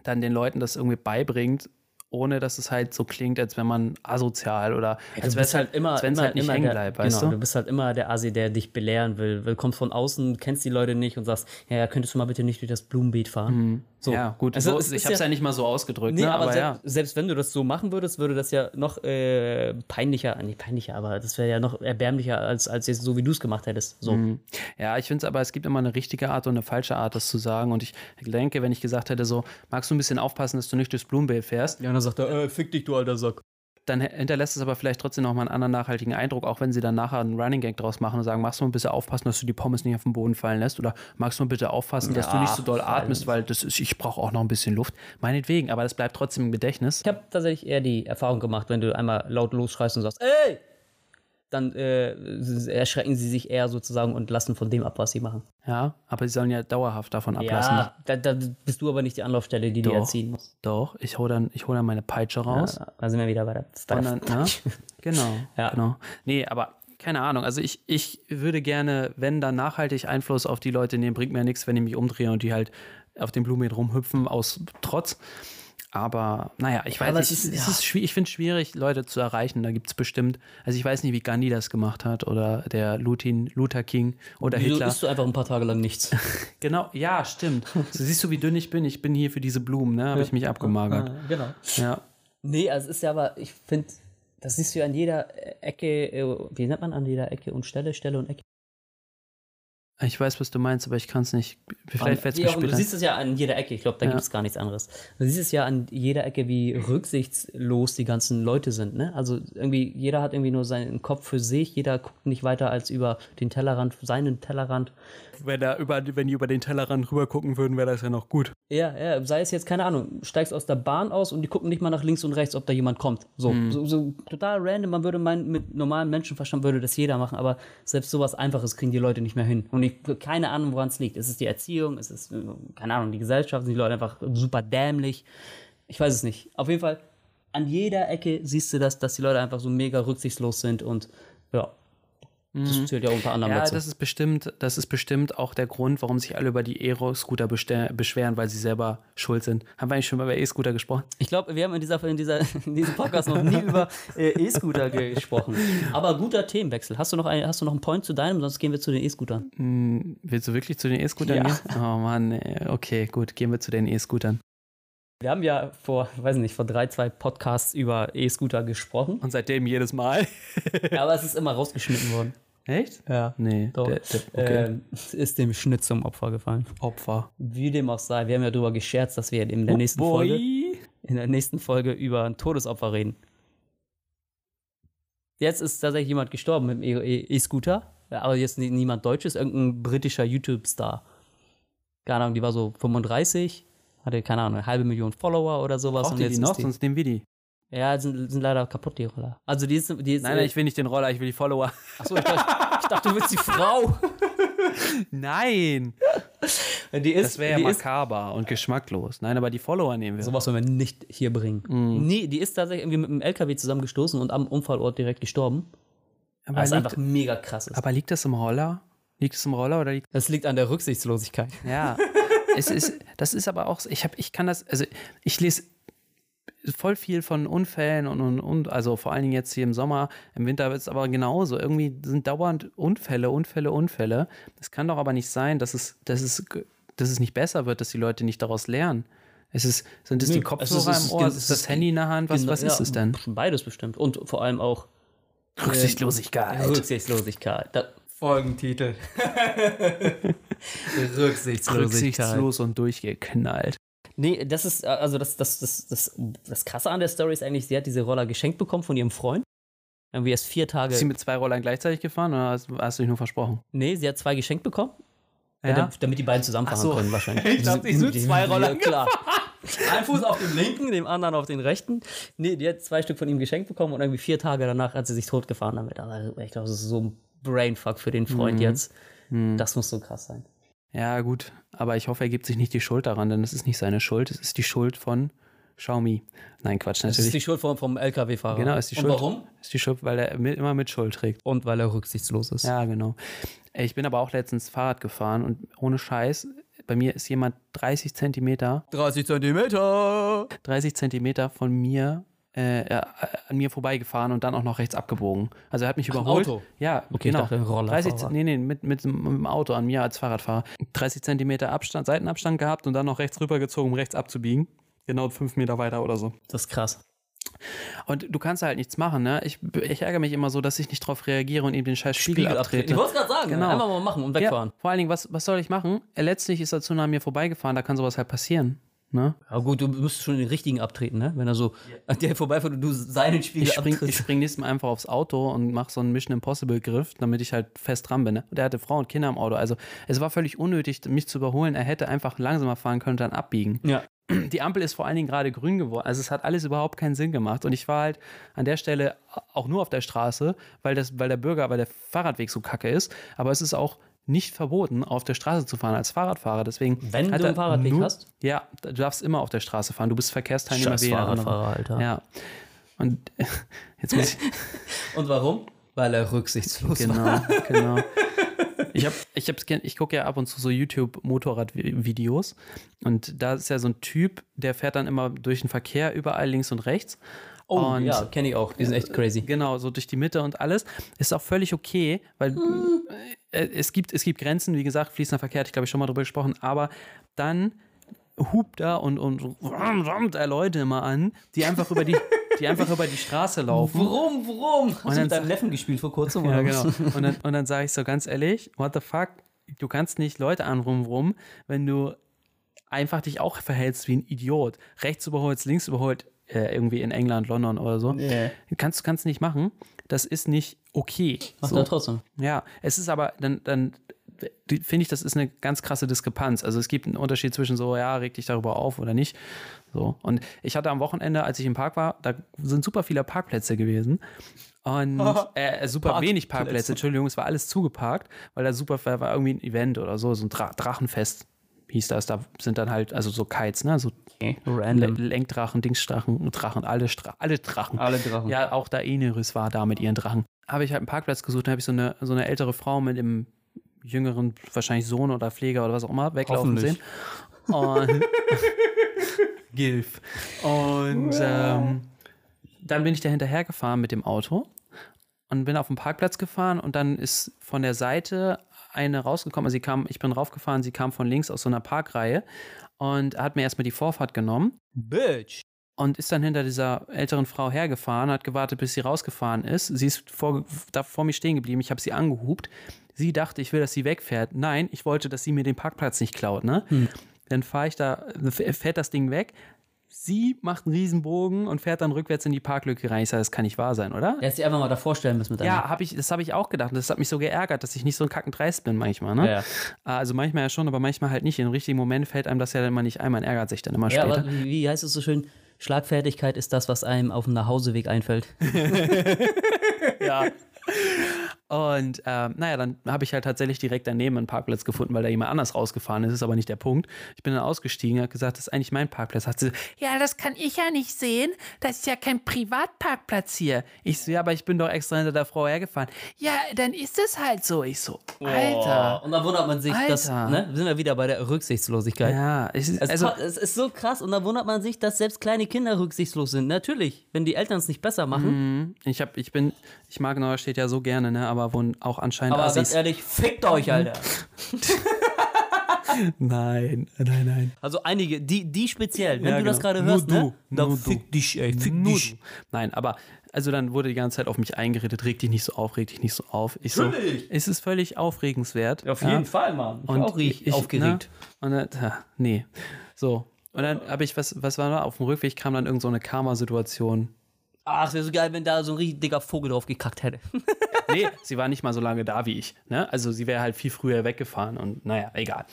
dann den Leuten das irgendwie beibringt, ohne dass es halt so klingt, als wenn man asozial oder als wenn
Du bist
es
halt immer,
als Also wenn's
immer,
halt nicht
immer
hängen
der,
bleibt, weißt
genau,
du?
du bist halt immer der Asi, der dich belehren will. Du kommst von außen, kennst die Leute nicht und sagst, ja, ja, könntest du mal bitte nicht durch das Blumenbeet fahren. So.
Mhm. Ja, gut.
Also
so,
es
ich
ist
habe es
ja-
ja, nicht mal so ausgedrückt,
Nee,
ne?
aber,
aber,
selbst,
ja.
selbst wenn du das so machen würdest, würde das ja noch äh, peinlicher, nicht peinlicher, aber das wäre ja noch erbärmlicher, als, als jetzt so wie du es gemacht hättest. So.
Mhm. Ja, ich finde es aber, es gibt immer eine richtige Art und eine falsche Art, das zu sagen. Und ich denke, wenn ich gesagt hätte, so, magst du ein bisschen aufpassen, dass du nicht durchs Blumenbeet fährst,
Ja, und dann sagt er, äh, fick dich, du alter Sack.
dann h- hinterlässt es aber vielleicht trotzdem nochmal einen anderen nachhaltigen Eindruck, auch wenn sie dann nachher einen Running Gag draus machen und sagen, magst du mal ein bisschen aufpassen, dass du die Pommes nicht auf den Boden fallen lässt oder magst du mal bitte aufpassen, dass du
Ja,
nicht so doll
vor
atmest, weil das ist, ich brauche auch noch ein bisschen Luft. Meinetwegen, aber das bleibt trotzdem im Gedächtnis.
Ich habe tatsächlich eher die Erfahrung gemacht, wenn du einmal laut losschreist und sagst, ey! Dann äh, s- erschrecken sie sich eher sozusagen und lassen von dem ab, was sie machen.
Ja, aber sie sollen ja dauerhaft davon ablassen.
Ja, da, da bist du aber nicht die Anlaufstelle, die
Doch.
die erziehen muss.
Doch, ich hole dann, ich hol dann meine Peitsche raus.
Ja, da sind wir wieder weiter.
Und dann, ne? Genau,
Ja.
genau. Nee, aber keine Ahnung. Also ich, ich würde gerne, wenn dann nachhaltig Einfluss auf die Leute nehmen, bringt mir nichts, wenn ich mich umdrehe und die halt auf dem Blumenbeet rumhüpfen aus Trotz. Aber naja, ich weiß,
Aber
ich,
es ist-
es ist schwi- ich finde es schwierig, Leute zu erreichen. Da gibt es bestimmt, also ich weiß nicht, wie Gandhi das gemacht hat oder der Lutin, Luther King oder
Wieso
Hitler.
isst du einfach ein paar Tage lang nichts?
genau, ja, stimmt. so, siehst du, wie dünn ich bin? Ich bin hier für diese Blumen, ne? Habe ich mich abgemagert.
genau.
Ja.
Nee, also es ist ja aber, ich finde, das siehst du ja an jeder äh, Ecke, äh, wie nennt man an jeder Ecke und Stelle, Stelle und Ecke.
Ich weiß, was du meinst, aber ich kann es nicht. Vielleicht
An-
fällt es
wie
mir
auch immer, Du
später.
siehst es ja an jeder Ecke, ich glaube, da
Ja.
gibt es gar nichts anderes. Du siehst es ja an jeder Ecke, wie rücksichtslos die ganzen Leute sind, ne? Also irgendwie, jeder hat irgendwie nur seinen Kopf für sich, jeder guckt nicht weiter als über den Tellerrand, seinen Tellerrand.
wenn, da über, wenn die über den Tellerrand rüber gucken würden, wäre das ja noch gut.
Ja, ja, sei es jetzt, keine Ahnung, steigst aus der Bahn aus und die gucken nicht mal nach links und rechts, ob da jemand kommt. So,
Mhm.
so, so total random. Man würde meinen, mit normalem Menschenverstand würde das jeder machen, aber selbst sowas Einfaches kriegen die Leute nicht mehr hin. Und ich keine Ahnung, woran es liegt. Ist es die Erziehung? Ist es, äh, keine Ahnung, die Gesellschaft? Sind die Leute einfach super dämlich? Ich weiß es nicht. Auf jeden Fall, an jeder Ecke siehst du das, dass die Leute einfach so mega rücksichtslos sind und ja, das zählt ja unter anderem
Mhm. Ja,
dazu.
das ist bestimmt, das ist bestimmt auch der Grund, warum sich alle über die E-Scooter bestär- beschweren, weil sie selber schuld sind. Haben wir eigentlich schon mal über E-Scooter gesprochen?
Ich glaube, wir haben in, dieser, in, dieser, in diesem Podcast noch nie über äh, E-Scooter ge- gesprochen. Aber guter Themenwechsel. Hast du, noch ein, hast du noch einen Point zu deinem? Sonst gehen wir zu den E-Scootern.
Mm, Willst du wirklich zu den E-Scootern
Ja.
gehen? Oh Mann, ey. okay, gut, gehen wir zu den E-Scootern.
Wir haben ja vor, weiß nicht, vor drei, zwei Podcasts über E-Scooter gesprochen.
Und seitdem jedes Mal.
Aber es ist immer rausgeschnitten worden.
Echt? Äh,
Ja.
Nee.
Doch.
Der, der, okay.
Ähm, ist dem Schnitt zum Opfer gefallen.
Opfer.
Wie dem auch sei, wir haben ja darüber gescherzt, dass wir in der nächsten
Boy.
Folge in der nächsten Folge über ein Todesopfer reden. Jetzt ist tatsächlich jemand gestorben mit dem E- E- E-Scooter, aber jetzt nie- niemand Deutsches, irgendein britischer YouTube-Star. Keine Ahnung, die war so 35, hatte, keine Ahnung, eine halbe Million Follower oder sowas.
Braucht ihr die
ist
noch?
die-
Sonst nehmen wir die.
ja, sind, sind leider kaputt, die Roller. Also die ist, die ist
Nein, nein, ich will nicht den Roller, ich will die Follower.
achso, ich, dachte, ich dachte, du willst die Frau.
Nein!
Die ist,
Das wäre
die
ja
ist,
makaber und geschmacklos. Nein, aber die Follower nehmen wir.
sowas wollen wir nicht hier bringen.
Mhm.
Nee, die ist tatsächlich irgendwie mit einem LKW zusammengestoßen und am Unfallort direkt gestorben.
aber,
Was
liegt,
einfach mega krass ist.
aber liegt das im Roller? Liegt es im Roller oder liegt.
Das liegt an der Rücksichtslosigkeit.
Ja. es ist, das ist aber auch. so- Ich, hab, ich kann das. Also, ich lese voll viel von Unfällen und, und, und. Also, vor allen Dingen jetzt hier im Sommer. Im Winter wird es aber genauso. Irgendwie sind dauernd Unfälle, Unfälle, Unfälle. Es kann doch aber nicht sein, dass es, dass, es, dass es nicht besser wird, dass die Leute nicht daraus lernen. Es ist, sind es
Nö,
die
also
Kopfhörer
es ist- es
im
ist-
Ohr?
es
Ist
ist-
das Handy in der Hand? Was, was ist
Genau, Ja,
es denn?
Beides bestimmt. Und vor allem auch
Rücksichtslosigkeit.
Rücksichtslosigkeit. Da Folgentitel. Rücksichtslosigkeit.
Rücksichtslos und durchgeknallt.
Nee, das ist, also das, das, das, das, das Krasse an der Story ist eigentlich, sie hat diese Roller geschenkt bekommen von ihrem Freund. Irgendwie erst vier Tage.
Ist sie mit zwei Rollern gleichzeitig gefahren oder hast, hast du dich nur versprochen?
nee, sie hat zwei geschenkt bekommen.
Ja.
Damit, damit die beiden zusammenfahren
Ach so.
können, wahrscheinlich.
Ich dachte, die sind zwei Roller
Ja, klar. Ein Fuß auf dem linken, dem anderen auf den rechten. Nee, die hat zwei Stück von ihm geschenkt bekommen und irgendwie vier Tage danach hat sie sich totgefahren damit. Also ich glaube, das ist so ein Brainfuck für den Freund
Mhm.
jetzt. Das muss so krass sein.
Ja, gut. Aber ich hoffe, er gibt sich nicht die Schuld daran, denn es ist nicht seine Schuld. Es ist die Schuld von Xiaomi. Nein, Quatsch,
Das ist
natürlich.
die Schuld vom, vom LKW-Fahrer.
genau, ist die Schuld.
Und warum?
Ist die Schuld, weil er mit, immer mit Schuld trägt.
Und weil er rücksichtslos ist.
Ja, genau. Ey, Ich bin aber auch letztens Fahrrad gefahren und ohne Scheiß, bei mir ist jemand 30 Zentimeter,
30 Zentimeter.
30 Zentimeter von mir äh, äh, an mir vorbeigefahren und dann auch noch rechts abgebogen. Also er hat mich überholt.
Auto?
Ja,
Okay, ich
genau.
dachte, Roller.
30, nee, nee, mit, mit, dem- mit dem Auto an mir als Fahrradfahrer. 30 Zentimeter Abstand, Seitenabstand gehabt und dann noch rechts rübergezogen, um rechts abzubiegen. Genau fünf Meter weiter oder so.
Das ist krass.
Und du kannst halt nichts machen, ne? Ich, ich ärgere mich immer so, dass ich nicht drauf reagiere und ihm den scheiß Spiegel,
Ich
abtrete.
wollte es gerade sagen.
Genau.
Einfach mal machen und
Ja,
wegfahren.
vor allen Dingen, was, was soll ich machen? Äh, Letztlich ist er zu nah an mir vorbeigefahren, da kann sowas halt passieren. Ne?
Ja. gut, du müsstest schon den richtigen abtreten, ne? Wenn er so an dir vorbeifährt und du seinen Spiegel
Ich spring, ich
abtrittst.
spring nächstes Mal einfach aufs Auto und mache so einen Mission Impossible Griff, damit ich halt fest dran bin. Ne? Und er hatte Frau und Kinder im Auto. Also es war völlig unnötig, mich zu überholen. Er hätte einfach langsamer fahren können und dann abbiegen.
Ja.
Die Ampel ist vor allen Dingen gerade grün geworden. Also es hat alles überhaupt keinen Sinn gemacht. Und ich war halt an der Stelle auch nur auf der Straße, weil, das, weil der Bürger, weil der Fahrradweg so kacke ist. Aber es ist auch nicht verboten, auf der Straße zu fahren als Fahrradfahrer. Deswegen
Wenn
hat
du
er
einen Fahrradweg
nur-
hast?
Ja, du darfst immer auf der Straße fahren. Du bist Verkehrsteilnehmer
Scheiß
jeder andere.
Fahrradfahrer, Alter.
genau. Ja. Und jetzt muss ich,
Und warum? Weil er rücksichtslos war.
Genau, genau. Ich habe, ich hab's, gern- ich gucke ja ab und zu so YouTube Motorradvideos und da ist ja so ein Typ, der fährt dann immer durch den Verkehr überall links und rechts.
Oh,
und
ja, kenne ich auch. Die sind echt crazy.
Genau, so durch die Mitte und alles. Ist auch völlig okay, weil äh, es, gibt, es gibt Grenzen, wie gesagt, fließender Verkehr, hatte ich glaube ich schon mal drüber gesprochen, aber dann hupt da und, und rammt er Leute immer an, die einfach über die, die einfach über die Straße laufen.
Brumm, brumm. Hast
Und
du
dann
mit deinem Neffen gespielt vor kurzem?
Ja,
oder
genau.
was?
Und dann, und dann sage ich so ganz ehrlich, what the fuck, du kannst nicht Leute anrumrum, wenn du einfach dich auch verhältst wie ein Idiot. Rechts überholst, links überholt, äh, irgendwie in England, London oder so.
Nee.
Kannst du kannst nicht machen. Das ist nicht okay.
Macht
So.
er trotzdem.
Ja, es ist aber, dann, dann die- finde ich, das ist eine ganz krasse Diskrepanz. Also es gibt einen Unterschied zwischen so, ja, reg dich darüber auf oder nicht. So. Und ich hatte am Wochenende, als ich im Park war, da sind super viele Parkplätze gewesen. Und äh, super
Parkplätze.
wenig Parkplätze, Entschuldigung, es war alles zugeparkt, weil da super war war irgendwie ein Event oder so, so ein Dra Drachenfest hieß das. Da sind dann halt, also so Kites, ne? So
Random.
Le- Lenkdrachen, Dingsdrachen, Drachen, alle, Stra alle Drachen.
Alle Drachen.
Ja, auch da Enerys war da mit ihren Drachen. Habe ich halt einen Parkplatz gesucht, dann habe ich so eine, so eine ältere Frau mit einem jüngeren, wahrscheinlich Sohn oder Pfleger oder was auch immer, weglaufen sehen.
Hoffentlich.
Und Gilf. Und ähm, dann bin ich da hinterhergefahren mit dem Auto und bin auf den Parkplatz gefahren und dann ist von der Seite eine rausgekommen. Also sie kam, ich bin raufgefahren, sie kam von links aus so einer Parkreihe und hat mir erstmal die Vorfahrt genommen
Bitch.
und ist dann hinter dieser älteren Frau hergefahren, hat gewartet, bis sie rausgefahren ist. Sie ist vor, da vor mir stehen geblieben, ich habe sie angehupt. Sie dachte, ich will, dass sie wegfährt. Nein, ich wollte, dass sie mir den Parkplatz nicht klaut, ne?
Hm.
Dann fahre ich da, fährt das Ding weg. Sie macht einen Riesenbogen und fährt dann rückwärts in die Parklücke rein. Ich sage, das kann nicht wahr sein, oder?
Er hätte sich einfach mal davor stellen müssen mit deinem.
Ja, hab ich, das habe ich auch gedacht. Und Das hat mich so geärgert, dass ich nicht so ein kackendreist bin manchmal. Ne?
Ja, ja.
Also manchmal ja schon, aber manchmal halt nicht. Im richtigen Moment fällt einem das ja dann immer nicht ein. Man ärgert sich dann immer
ja
später.
aber wie wie heißt es so schön? Schlagfertigkeit ist das, was einem auf dem Nachhauseweg einfällt.
Ja. Und ähm, naja, dann habe ich halt tatsächlich direkt daneben einen Parkplatz gefunden, weil da jemand anders rausgefahren ist. Ist aber nicht der Punkt. Ich bin dann ausgestiegen, habe gesagt, das ist eigentlich mein Parkplatz. Hat sie, ja, das kann ich ja nicht sehen. Das ist ja kein Privatparkplatz hier. Ich so, ja, aber ich bin doch extra hinter der Frau hergefahren. Ja, dann ist es halt so. Ich so, Alter.
Und dann wundert man sich, dass,
Alter.
ne, wir sind ja wieder bei der Rücksichtslosigkeit.
Ja, ich,
Es,
also,
ko- es ist so krass und dann wundert man sich, dass selbst kleine Kinder rücksichtslos sind. Natürlich, wenn die Eltern es nicht besser machen.
Ich hab, ich bin, ich mag Neustadt ja so gerne, ne? Aber wohnen auch anscheinend
Aber ganz
Assis.
ehrlich, fickt euch, Alter.
nein, nein, nein.
Also einige, die, die speziell, wenn
Ja,
du das
genau.
gerade
Nur
hörst, ne?
du,
Dann
nur du.
fick dich, ey, fick
Nur
dich.
du. Nein, aber also dann wurde die ganze Zeit auf mich eingeredet, reg dich nicht so auf, reg dich nicht so auf. Ich so,
Natürlich.
es ist völlig aufregenswert.
Auf jeden Fall, Mann. Ich war
Und
auch richtig
ich-
aufgeregt.
Ne? Und dann, ha, nee. So. Und dann habe ich, was, was war da? Auf dem Rückweg kam dann irgend so eine Karma-Situation.
Ach, wäre so geil, wenn da so ein richtig dicker Vogel drauf gekackt hätte.
Nee, sie war nicht mal so lange da wie ich. Ne? Also sie wäre halt viel früher weggefahren und naja, egal.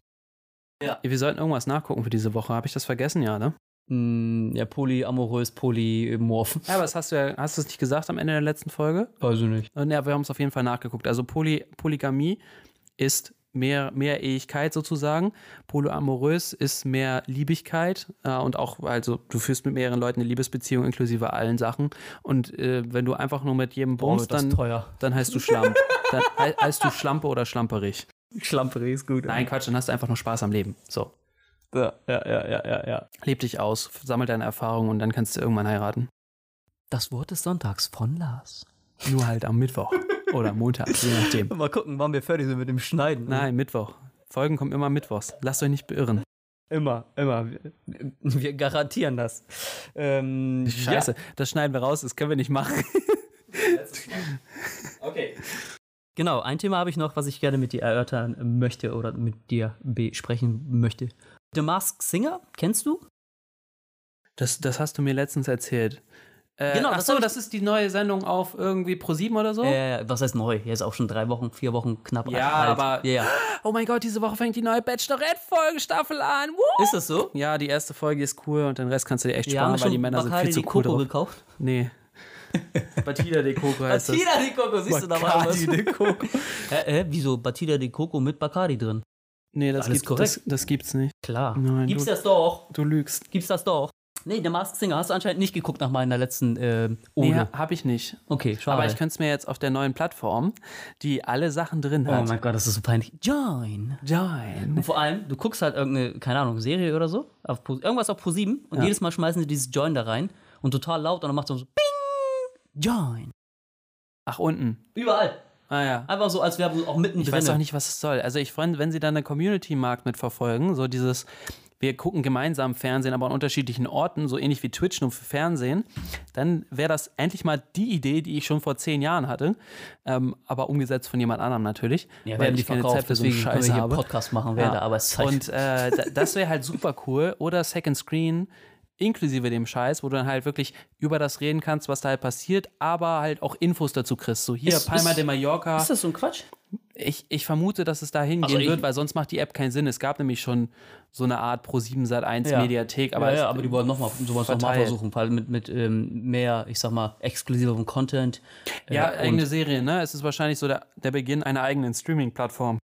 Ja.
Wir sollten irgendwas nachgucken für diese Woche. Habe ich das vergessen, ja, ne?
Hm, ja, polyamorös, polymorph.
Ja, aber das hast du ja, hast du es nicht gesagt am Ende der letzten Folge?
Weiß ich nicht.
Und Äh, ja, wir haben es auf jeden Fall nachgeguckt. Also Poly, Polygamie ist mehr, mehr Ehigkeit sozusagen. Polyamorös ist mehr Liebigkeit äh, und auch, also du führst mit mehreren Leuten eine Liebesbeziehung inklusive allen Sachen. Und äh, wenn du einfach nur mit jedem
Boah, wird
bummst,
das
dann,
teuer.
dann heißt du Schlamp. dann he heißt du Schlampe oder Schlamperich.
Schlampere ist gut.
Nein, Quatsch, dann hast du einfach nur Spaß am Leben. So,
Ja, ja, ja, ja, ja, ja.
leb dich aus, sammel deine Erfahrungen und dann kannst du irgendwann heiraten.
Das Wort des Sonntags von Lars.
Nur halt am Mittwoch oder Montag, je nachdem.
Mal gucken, wann wir fertig sind mit dem Schneiden.
Nein, Mittwoch. Folgen kommen immer mittwochs. Lasst euch nicht beirren.
Immer, immer. Wir, wir garantieren das. Ähm,
Scheiße, das schneiden wir raus, das können wir nicht machen.
Okay. Genau, ein Thema habe ich noch, was ich gerne mit dir erörtern möchte oder mit dir besprechen möchte. The Mask Singer, kennst du?
Das, das hast du mir letztens erzählt. Äh,
Genau,
ach
das
so,
hab ich-
das ist die neue Sendung auf irgendwie Pro7 oder so?
Äh, was heißt neu? Jetzt auch schon drei Wochen, vier Wochen knapp.
Ja,
alt.
aber-
Ja, ja.
Oh mein Gott, diese Woche fängt die neue Bachelorette-Folgestaffel an. Woo!
Ist das so?
Ja, die erste Folge ist cool und den Rest kannst du dir echt
Wir
sparen,
haben
weil
schon
die Männer sind
Bacardi
viel zu
die
cool
Coco
drauf.
gekauft.
Nee. Batida de Coco heißt das.
Batida de Coco, siehst du da mal was?
Bacardi de Coco.
Hä, hä, wieso Batida de Coco mit Bacardi drin?
Nee, das,
Alles
gibt,
korrekt.
das, das gibt's nicht.
Klar.
Nein,
Gibt's
du-
das doch.
Du lügst.
Gibt's das doch. Nee, der Mask Singer hast du anscheinend nicht geguckt nach meiner letzten äh,
Nee,
Ode.
ha- hab ich nicht.
Okay, schade.
Aber ich könnte es mir jetzt auf der neuen Plattform, die alle Sachen drin
oh
hat.
mein Gott, das ist so peinlich. Join.
Join.
Und vor allem, du guckst halt irgendeine, keine Ahnung, Serie oder so, auf Pro, irgendwas auf Pro 7 und jedes Mal schmeißen sie dieses Join da rein und total laut und dann macht so Bing! Join.
Ach, unten.
Überall.
Ah ja.
Einfach so, als wäre auch mitten
Ich weiß auch nicht, was es soll. Also ich freue wenn sie dann eine Community-Markt mitverfolgen, so dieses, wir gucken gemeinsam Fernsehen, aber an unterschiedlichen Orten, so ähnlich wie Twitch nur für Fernsehen, dann wäre das endlich mal die Idee, die ich schon vor zehn Jahren hatte, ähm, aber umgesetzt von jemand anderem natürlich,
Ja, wir haben die verkauft, deswegen können wir hier Podcast machen während der Arbeitszeit.
Und äh, d- das wäre halt super cool. Oder Second Screen inklusive dem Scheiß, wo du dann halt wirklich über das reden kannst, was da halt passiert, aber halt auch Infos dazu kriegst. So hier,
Ist-
Palma
ist-
de Mallorca.
ist das so ein Quatsch?
Ich, ich vermute, dass es da hingehen
Also ich-
wird, weil sonst macht die App keinen Sinn. Es gab nämlich schon so eine Art Pro7 Sat 1
Ja.
Mediathek, aber,
Aber, ja,
es-
ja, aber die wollen nochmal sowas nochmal
verteilt.
versuchen, weil mit, mit ähm, mehr, ich sag mal, exklusiverem Content. äh,
ja,
und-
eigene Serie, ne? Es ist wahrscheinlich so der, der Beginn einer eigenen Streaming-Plattform.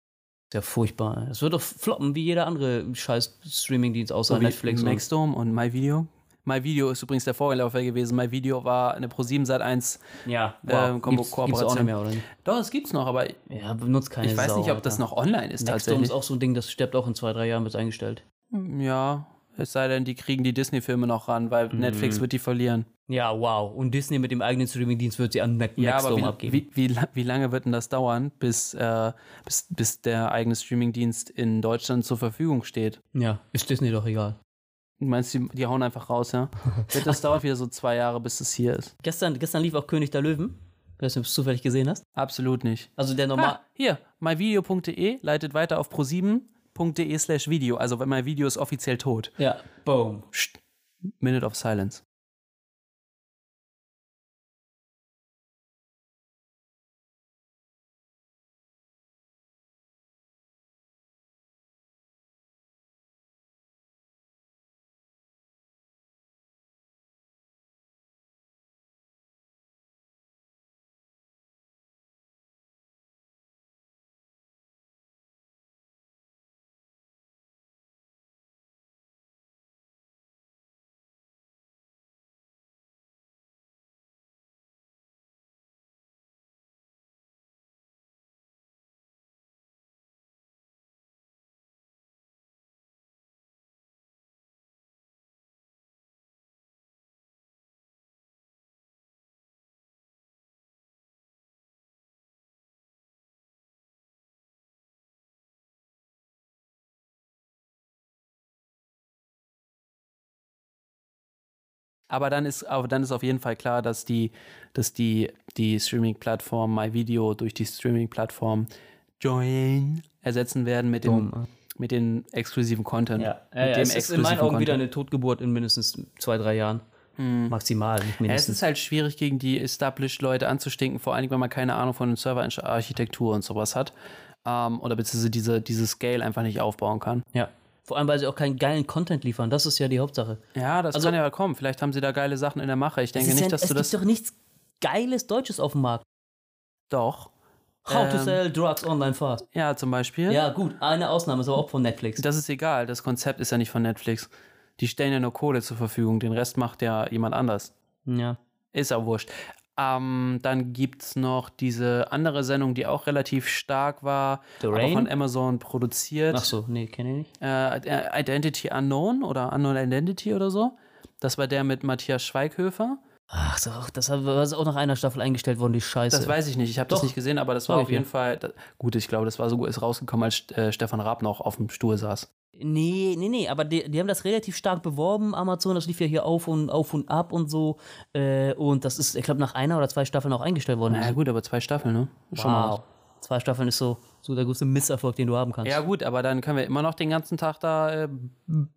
Ist ja furchtbar. Es wird doch floppen wie jeder andere scheiß Streamingdienst außer
So wie
Netflix. und-
Maxdome und MyVideo. MyVideo ist übrigens der Vorläufer gewesen. MyVideo war eine Pro7 Sat 1.
ja,
ähm, Ko-
gibt's, gibt's auch
Kooperation.
nicht mehr, oder? nicht?
Doch, es gibt's noch, aber
Ja, benutzt keine
ich weiß
Sau,
nicht, ob das
Alter.
noch online ist
Nextdoor
tatsächlich. Hm,
ist auch so ein Ding, das stirbt auch in zwei, drei Jahren, wird eingestellt.
Ja, es sei denn, die kriegen die Disney-Filme noch ran, weil
Mhm.
Netflix wird die verlieren.
Ja, wow. Und Disney mit dem eigenen Streamingdienst wird sie an ne
Ja,
Nextdoor
aber wie,
abgeben.
wie, wie, la- wie lange wird denn das dauern, bis, äh, bis, bis der eigene Streamingdienst in Deutschland zur Verfügung steht?
ja, ist Disney doch egal.
Du meinst, die, die hauen einfach raus, ja? Das dauert wieder so zwei Jahre, bis es hier ist.
Gestern, gestern lief auch König der Löwen. Ich weiß nicht, ob du es zufällig gesehen hast.
Absolut nicht.
Also der normal.
Ah, hier, myvideo.de leitet weiter auf pro7.de slash video. Also mein Video ist offiziell tot.
Ja, boom.
Psst. Minute of Silence. Aber dann ist, aber dann ist auf jeden Fall klar, dass die, dass die, die Streaming-Plattform MyVideo durch die Streaming-Plattform Join ersetzen werden mit dem,
Dumm.
mit dem exklusiven Content.
Ja,
mit dem
es ist in meinen
exklusiven
Augen
Content.
wieder
Hm.
eine Totgeburt in mindestens zwei, drei Jahren. Maximal, nicht
Ja, es
mindestens.
ist halt schwierig, gegen die Established-Leute anzustinken, vor allem, wenn man keine Ahnung von Serverarchitektur und sowas hat. Ähm, oder beziehungsweise diese, diese Scale einfach nicht aufbauen kann.
ja. Vor allem, weil sie auch keinen geilen Content liefern. Das ist ja die Hauptsache.
Ja, das
Also-
kann ja kommen. Vielleicht haben sie da geile Sachen in der Mache. Ich denke
es ist
nicht,
ja,
dass
es
du das.
gibt doch nichts geiles Deutsches auf dem Markt.
Doch.
How to
Ähm.
sell drugs online fast.
Ja, zum Beispiel.
Ja, gut, eine Ausnahme ist aber auch von Netflix.
Das ist egal. Das Konzept ist ja nicht von Netflix. Die stellen ja nur Kohle zur Verfügung. Den Rest macht ja jemand anders.
Ja.
Ist auch wurscht. Ähm, dann gibt es noch diese andere Sendung, die auch relativ stark war,
The
aber
Rain?
von Amazon produziert.
Ach so, nee, kenne ich nicht.
Äh, äh, Identity Unknown oder Unknown Identity oder so. Das war der mit Matthias Schweighöfer.
Ach so, das hat- das ist auch nach einer Staffel eingestellt worden, die Scheiße.
Das weiß ich nicht. Ich habe das
Doch.
nicht gesehen, aber das war
Glaub
auf
ich
jeden Fall. Da, gut, ich glaube, das war so gut ist rausgekommen, als äh, Stefan Raab noch auf dem Stuhl saß.
Nee, nee, nee, aber die, die haben das relativ stark beworben, Amazon, das lief ja hier auf und auf und ab und so. Äh, und das ist, ich glaube, nach einer oder zwei Staffeln auch eingestellt worden.
Na ja, gut, aber zwei Staffeln, ne? Schon was.
Äh, wow. Zwei Staffeln ist so, so der größte Misserfolg, den du haben kannst.
Ja, gut, aber dann können wir immer noch den ganzen Tag da äh,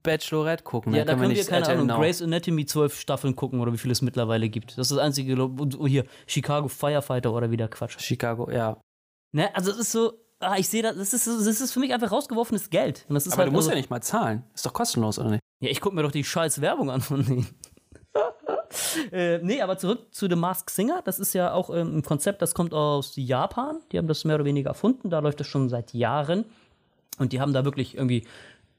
Bachelorette gucken.
Ja, da können wir,
nicht
keine
RTL
Ahnung,
Now.
Grey's Anatomy zwölf Staffeln gucken oder wie viel es mittlerweile gibt. Das ist das einzige, glaub- und oh, hier, Chicago Firefighter oder wieder Quatsch.
Chicago, ja.
Ne, also es ist so, ah, ich sehe das, das ist, so- das ist für mich einfach rausgeworfenes Geld. Und das ist
Aber
halt
du musst
also,
ja nicht mal zahlen. Ist doch kostenlos, oder nicht?
Ja, ich gucke mir doch die scheiß Werbung an von denen. äh, nee, aber zurück zu The Mask Singer. Das ist ja auch ähm, ein Konzept, das kommt aus Japan. Die haben das mehr oder weniger erfunden. Da läuft das schon seit Jahren. Und die haben da wirklich irgendwie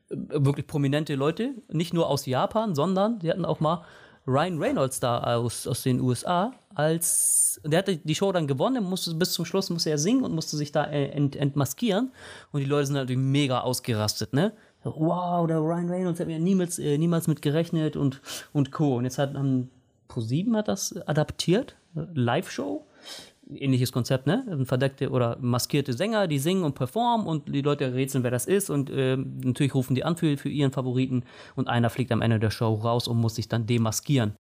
äh, wirklich prominente Leute, nicht nur aus Japan, sondern sie hatten auch mal Ryan Reynolds da aus, aus den USA als der hatte die Show dann gewonnen, er musste bis zum Schluss musste er singen und musste sich da äh, ent, entmaskieren und die Leute sind natürlich mega ausgerastet, ne? So, Wow, der Ryan Reynolds hat mir niemals äh, niemals mit gerechnet und und Co. Und jetzt hat haben ProSieben hat das adaptiert, äh, Live Show ähnliches Konzept, ne? Ein Verdeckte oder maskierte Sänger, die singen und performen und die Leute rätseln, wer das ist und ähm, natürlich rufen die an für, für ihren Favoriten und einer fliegt am Ende der Show raus und muss sich dann demaskieren.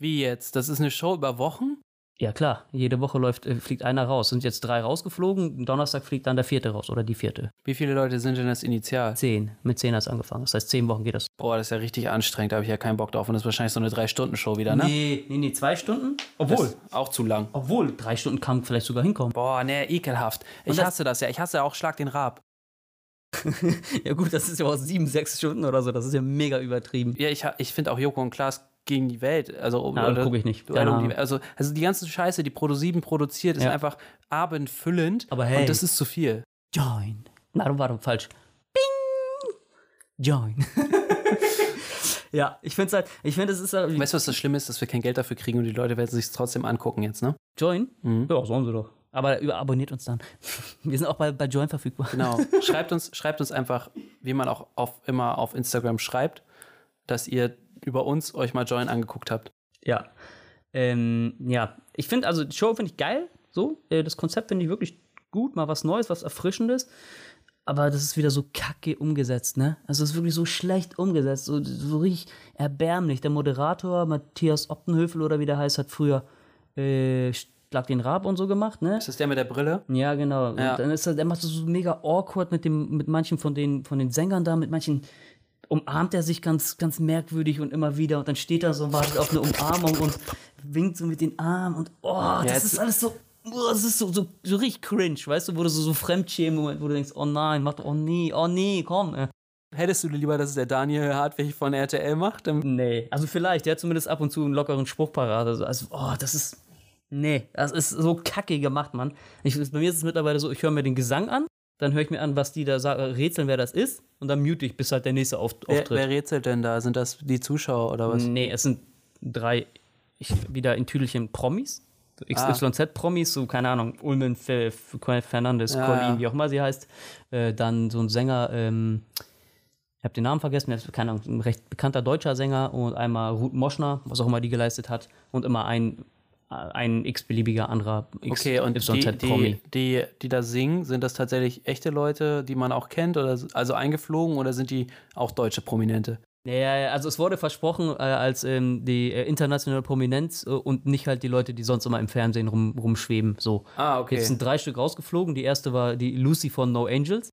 Wie jetzt? Das ist eine Show über Wochen?
Ja klar, jede Woche läuft, äh, fliegt einer raus. Sind jetzt drei rausgeflogen, Donnerstag fliegt dann der vierte raus oder die vierte.
Wie viele Leute sind denn das initial?
Zehn, mit zehn hat es angefangen. Das heißt, zehn Wochen geht das.
Boah, das ist ja richtig anstrengend. Da habe ich ja keinen Bock drauf. Und das ist wahrscheinlich so eine Drei-Stunden-Show wieder, ne?
Nee, nee, nee, zwei Stunden.
Das
Obwohl,
ist Auch zu lang.
obwohl, drei Stunden kann vielleicht sogar hinkommen.
Boah, nee, ekelhaft. Ich
das-
hasse das ja. Ich hasse auch Schlag den Raab.
Ja gut, das ist ja auch sieben, sechs Stunden oder so. Das ist ja mega übertrieben.
Ja, ich, ha- ich finde auch Joko und Klaas gegen die Welt. Also,
Ja,
oder-
gucke ich nicht.
Duell
Keine
um
Ahnung.
die, also, also die ganze Scheiße, die ProSieben produziert, ist
Ja.
einfach abendfüllend.
Aber hey.
Und das ist zu viel.
Join. Warum, warum, falsch. Bing! Join. ja, ich finde es halt, ich finde, es ist halt,
Weißt du, was das Schlimme ist? Dass wir kein Geld dafür kriegen und die Leute werden sich es trotzdem angucken jetzt, ne?
Join.
Mhm.
Ja, sollen sie doch. Aber über- abonniert uns dann. Wir sind auch bei, bei Join verfügbar.
Genau. schreibt, uns, schreibt uns einfach, wie man auch auf, immer auf Instagram schreibt, dass ihr über uns euch mal Join angeguckt habt.
Ja. Ähm, ja. Ich finde, also die Show finde ich geil. So, äh, das Konzept finde ich wirklich gut. Mal was Neues, was Erfrischendes. aber das ist wieder so kacke umgesetzt, ne? Also es ist wirklich so schlecht umgesetzt, so, so richtig erbärmlich. Der Moderator Matthias Optenhöfel oder wie der heißt, hat früher äh, Schlag den Rab und so gemacht, ne?
Ist das der mit der Brille?
Ja, genau.
Ja.
Und dann ist das, er macht das so mega awkward mit dem, mit manchen von den, von den Sängern da, mit manchen umarmt er sich ganz, ganz merkwürdig und immer wieder und dann steht er so und wartet auf eine Umarmung und winkt so mit den Armen und oh, das
jetzt-
ist alles so, oh, das ist so, so, so richtig cringe, weißt du, wo du so, so fremdschämen Moment, wo du denkst, oh nein, mach doch, oh nee, oh nee, komm. Äh.
Hättest du lieber, dass es der Daniel Hartwig von RTL macht? Dann
Nee, also vielleicht, der hat zumindest ab und zu einen lockeren Spruch parat. Also, also oh, das ist. Nee, das ist so kacke gemacht, Mann. Ich, bei mir ist es mittlerweile so, ich höre mir den Gesang an, dann höre ich mir an, was die da sagen, rätseln, wer das ist, und dann mute ich, bis halt der nächste auf,
wer,
auftritt.
wer rätselt denn da? Sind das die Zuschauer oder was?
nee, es sind drei, ich, wieder in Tüdelchen Promis. So
Ah.
XYZ-Promis, so, keine Ahnung, Ulmen, Fe- F- Fernandes,
Ja,
Colin,
ja.
wie auch immer sie heißt. Äh, dann so ein Sänger, ähm, ich habe den Namen vergessen, der ist, keine Ahnung, ein recht bekannter deutscher Sänger und einmal Ruth Moschner, was auch immer die geleistet hat, und immer ein, äh, ein x-beliebiger anderer x
Okay, und die, die, die, die da singen, sind das tatsächlich echte Leute, die man auch kennt, oder s- also eingeflogen oder sind die auch deutsche Prominente?
Naja, also es wurde versprochen äh, als ähm, die äh, internationale Prominenz äh, und nicht halt die Leute, die sonst immer im Fernsehen rum, rumschweben, so.
Ah, okay.
Jetzt sind drei Stück rausgeflogen. Die erste war die Lucy von No Angels.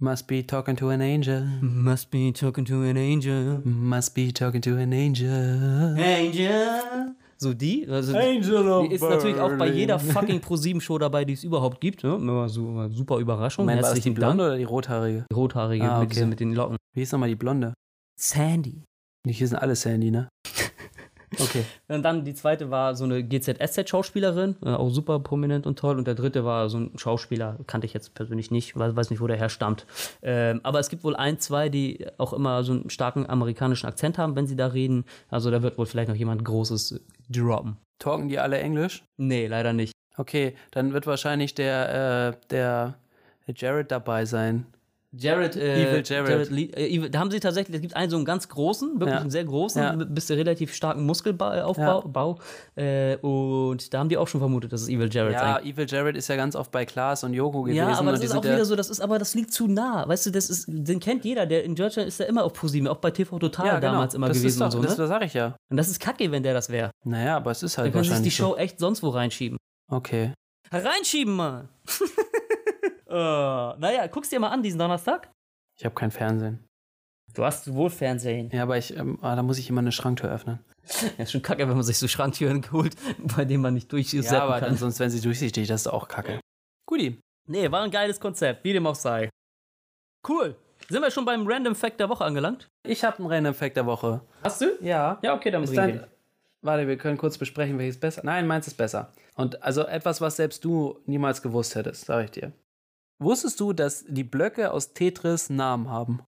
Must be talking to an angel.
Must be talking to an angel.
Must be talking to an angel.
Angel. So die. Also die die ist natürlich auch bei jeder fucking Pro-7-Show dabei, die es überhaupt gibt. Ne? Immer so, immer super Überraschung.
Moment, war das die
Herzlichen
Blonde
Dank.
oder die Rothaarige?
Die Rothaarige
Ah,
mit,
okay.
diesen- mit den Locken.
Wie hieß nochmal die Blonde?
Sandy.
Hier sind alle Sandy, ne? Okay.
Und dann die zweite war so eine GZSZ-Schauspielerin, äh, auch super prominent und toll. Und der dritte war so ein Schauspieler, kannte ich jetzt persönlich nicht, weiß, weiß nicht, wo der herstammt. Ähm, aber es gibt wohl ein, zwei, die auch immer so einen starken amerikanischen Akzent haben, wenn sie da reden. Also da wird wohl vielleicht noch jemand Großes äh, droppen.
Talken die alle Englisch?
Nee, leider nicht.
Okay, dann wird wahrscheinlich der, äh, der Jared dabei sein.
Jared, äh,
Evil Jared.
Lee- äh, Evil, da haben sie tatsächlich, es gibt einen so einen ganz großen, wirklich
Ja.
einen sehr großen,
Ja.
bis zu relativ starken
Ja.
Muskelaufbau. Bau. Äh, und da haben die auch schon vermutet, dass es Evil Jared sein
Ja, Evil Jared ist ja ganz oft bei Klaas und Joko gewesen.
Ja, aber
und
das
die
ist
sind
auch
ja-
wieder so, das ist aber das liegt zu nah. Weißt du, das ist, den kennt jeder, der in Deutschland ist da immer auf ProSieben, auch bei TV Total
ja, genau.
damals immer
das
gewesen
ist doch,
und so,
Das,
ne?
das sag ich ja.
Und das ist kacke, wenn der das wäre.
Naja, aber es ist
Dann
halt
können sie sich die
wahrscheinlich
Show echt sonst wo reinschieben.
so. Okay.
Reinschieben, Mann! äh, naja, guck's dir mal an diesen Donnerstag.
Ich habe kein Fernsehen.
Du hast wohl Fernsehen.
Ja, aber ich, ähm, ah, da muss ich immer eine Schranktür öffnen.
Ja, ist schon kacke, wenn man sich so Schranktüren holt, bei denen man nicht durchsetzen
Ja, aber
kann.
dann, sonst, wenn sie durchsichtig, das ist auch kacke. Guti.
Nee, war ein geiles Konzept, wie dem auch sei. Cool. Sind wir schon beim Random Fact der Woche angelangt?
Ich habe einen Random Fact der Woche.
Hast du?
Ja.
Ja, okay, dann
Ist
bring
dein-
den.
Warte, wir können kurz besprechen, welches besser. Nein, meins ist besser. Und also etwas, was selbst du niemals gewusst hättest, sage ich dir. Wusstest du, dass die Blöcke aus Tetris Namen haben?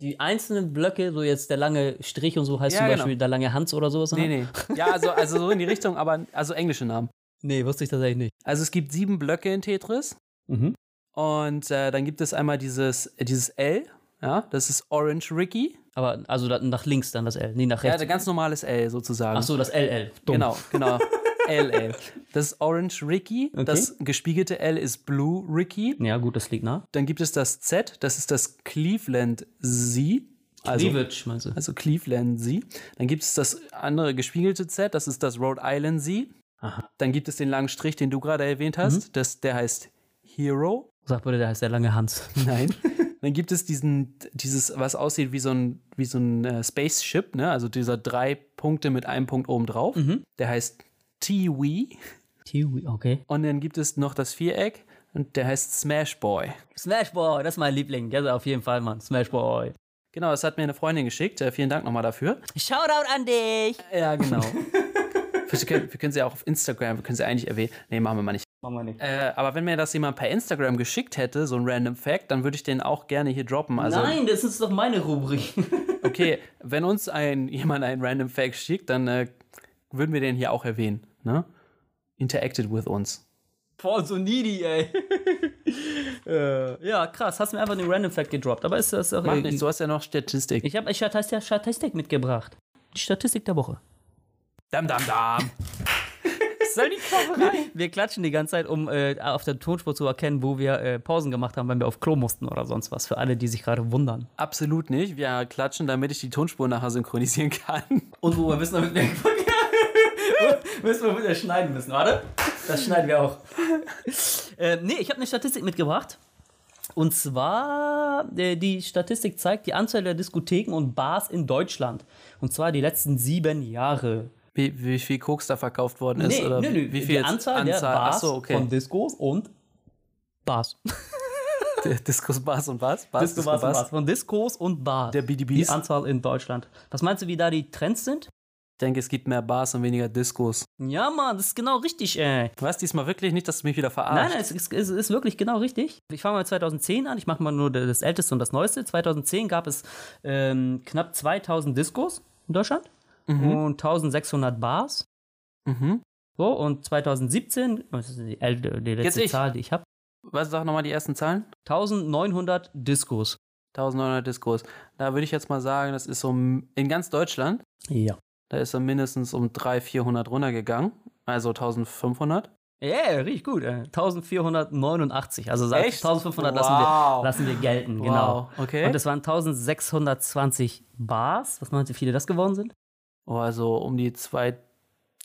die einzelnen Blöcke, so jetzt der lange Strich und so heißt
Ja,
zum
genau.
Beispiel der lange Hans oder sowas? ne?
Nee, nee. Ja, also, also so in die Richtung, aber also englische Namen.
Nee, wusste ich tatsächlich nicht.
Also es gibt sieben Blöcke in Tetris.
Mhm.
Und äh, dann gibt es einmal dieses, äh, dieses L. Ja, das ist Orange Ricky.
Aber also da, nach links dann das L, nee, nach
Ja,
rechts.
ein ganz normales L sozusagen.
Ach so, das LL. Dumm.
Genau, genau. LL. Das ist Orange Ricky.
Okay.
Das gespiegelte L ist Blue Ricky.
Ja, gut, das liegt nah.
Dann gibt es das Z, das ist das Cleveland Z. Also,
Cleavage, meinst du?
also Cleveland Z. Dann gibt es das andere gespiegelte Z, das ist das Rhode Island Z.
Aha.
Dann gibt es den langen Strich, den du gerade erwähnt hast. Das, der heißt Hero.
Sag bitte, der heißt der lange Hans.
Nein. Dann gibt es diesen, dieses, was aussieht wie so ein, wie so ein äh, Spaceship, ne? Also dieser drei Punkte mit einem Punkt oben drauf. Der heißt Tiwi.
Tiwi, okay.
Und dann gibt es noch das Viereck und der heißt Smash Boy.
Smash Boy, das ist mein Liebling. Ja, auf jeden Fall, Mann. Smash Boy.
Genau, das hat mir eine Freundin geschickt. Äh, vielen Dank nochmal dafür.
Shoutout an dich!
Ja, genau. wir, können, wir können sie auch auf Instagram, wir können sie eigentlich erwähnen. Nee, machen wir mal nicht.
Machen wir nicht.
Äh, aber wenn mir das jemand per Instagram geschickt hätte, so ein Random Fact, dann würde ich den auch gerne hier droppen. Also,
Nein, das ist doch meine Rubrik.
Okay, wenn uns ein, jemand einen Random Fact schickt, dann äh, würden wir den hier auch erwähnen. Ne? Interacted with uns.
Boah, so needy, ey. äh, ja, krass. Hast mir einfach den Random Fact gedroppt. Aber ist das auch
Macht nichts, du hast ja noch Statistik.
Ich habe eine Statistik, Statistik mitgebracht. Die Statistik der Woche.
Dam, dam, dam.
soll die Klopperei? Wir klatschen die ganze Zeit, um äh, auf der Tonspur zu erkennen, wo wir äh, Pausen gemacht haben, wenn wir auf Klo mussten oder sonst was. Für alle, die sich gerade wundern.
Absolut nicht. Wir klatschen, damit ich die Tonspur nachher synchronisieren kann.
Und wo wir wissen, damit wir müssen wir wieder schneiden müssen, warte. Das schneiden wir auch. äh, nee, ich habe eine Statistik mitgebracht. Und zwar, äh, die Statistik zeigt die Anzahl der Diskotheken und Bars in Deutschland. Und zwar die letzten sieben Jahre.
Wie, wie viel Koks da verkauft worden ist?
Nee,
oder
nö, nö.
Wie viel
die
jetzt?
Anzahl, der Bars
Achso,
von
okay.
Diskos und Bars.
Diskus Bars und was? Bars,
Disco Bars und Bars. Von Diskos und Bars.
Der
die
BDBs. Ich
Anzahl in Deutschland. Was meinst du, wie da die Trends sind?
denke, es gibt mehr Bars und weniger Diskos.
Ja, Mann, das ist genau richtig, ey.
Was diesmal wirklich nicht, dass du mich wieder
Nein,
verarscht?
nein, es ist, es ist wirklich genau richtig. Ich fange mal mit 2010 an. Ich mache mal nur das Älteste und das Neueste. 2010 gab es ähm, knapp 2000 Diskos in Deutschland und 1600 Bars.
Mhm.
So, und 2017, das ist die, äl- die
Jetzt
letzte
ich.
Zahl, die ich habe,
Was sag nochmal die ersten Zahlen?
1900 Diskos.
1900 Diskos. Da würde ich jetzt mal sagen, das ist so m- in ganz Deutschland,
Ja.
da ist so mindestens um 300, 400 runtergegangen. Also 1500.
Yeah, richtig gut. Äh, 1489. Also sag-
Echt?
1500
Wow.
lassen, wir, lassen wir gelten, genau.
Wow, okay.
Und es waren 1620 Bars. Was meinst du, wie viele das geworden sind?
oh, also um die 2,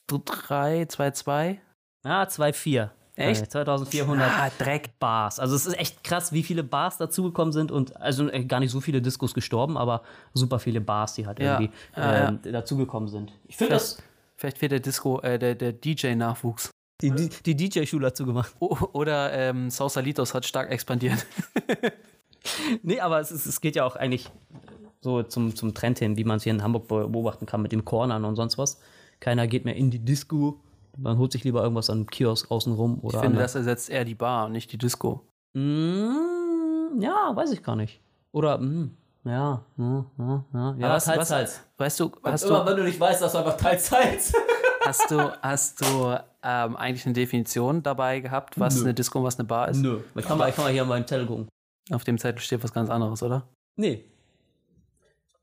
3, 2, 2.
Ah, 2,4.
Echt?
Äh, 2400
Ah, Dreck.
Bars. Also es ist echt krass, wie viele Bars dazugekommen sind und also äh, gar nicht so viele Diskos gestorben, aber super viele Bars, die halt
Ja,
irgendwie
ja,
ähm, dazugekommen sind. Ich finde das.
Vielleicht fehlt der Disco, äh, der, der DJ-Nachwuchs.
Die, die DJ-Schule dazu gemacht.
O oder ähm, Sausalitos hat stark expandiert.
Nee, aber es, ist, es geht ja auch eigentlich so zum, zum Trend hin, wie man es hier in Hamburg be- beobachten kann mit den Cornern und sonst was. Keiner geht mehr in die Disco. Man holt sich lieber irgendwas an einem Kiosk außenrum oder
Ich finde,
an-
das ersetzt eher die Bar und nicht die Disco.
Mm, ja, weiß ich gar nicht. Oder, mm, ja, ja, ja, ja. ja
was- was- Weißt du, hast du,
wenn du nicht weißt, dass du einfach teils, teils.
hast du, hast du ähm, eigentlich eine Definition dabei gehabt, was
Nö.
eine Disco und was eine Bar ist?
Nö. Ich kann, mal, ich kann mal hier an meinem Zettel gucken.
Auf dem Zettel steht was ganz anderes, oder?
Nee.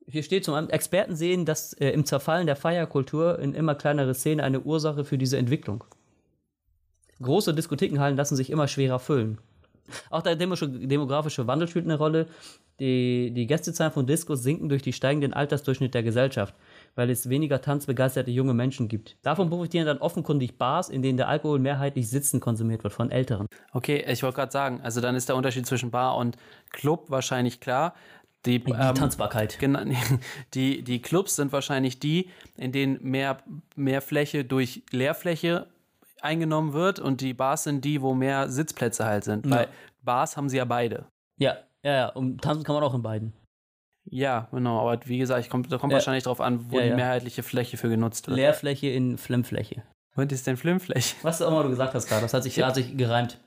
Hier steht zum einen, Experten sehen, dass äh, im Zerfallen der Feierkultur in immer kleinere Szenen eine Ursache für diese Entwicklung. Große Diskothekenhallen lassen sich immer schwerer füllen. Auch der demo demografische Wandel spielt eine Rolle. Die, die Gästezahlen von Discos sinken durch die steigenden Altersdurchschnitt der Gesellschaft, weil es weniger tanzbegeisterte junge Menschen gibt. Davon profitieren dann offenkundig Bars, in denen der Alkohol mehrheitlich sitzend konsumiert wird von Älteren.
Okay, ich wollte gerade sagen, also dann ist der Unterschied zwischen Bar und Club wahrscheinlich klar. Die,
Die
ähm,
Tanzbarkeit.
Genau, nee, die, die Clubs sind wahrscheinlich die, in denen mehr, mehr Fläche durch Leerfläche eingenommen wird und die Bars sind die, wo mehr Sitzplätze halt sind.
Ja.
Weil Bars haben sie ja beide.
Ja, ja, ja. Und tanzen kann man auch in beiden.
Ja, genau. Aber wie gesagt, ich komm, da kommt
Ja.
wahrscheinlich drauf an, wo
Ja,
die
ja.
mehrheitliche Fläche für genutzt wird.
Leerfläche in Flimmfläche.
Und ist denn Filmfläche?
Was auch immer du gesagt hast gerade, das hat sich, hat sich gereimt.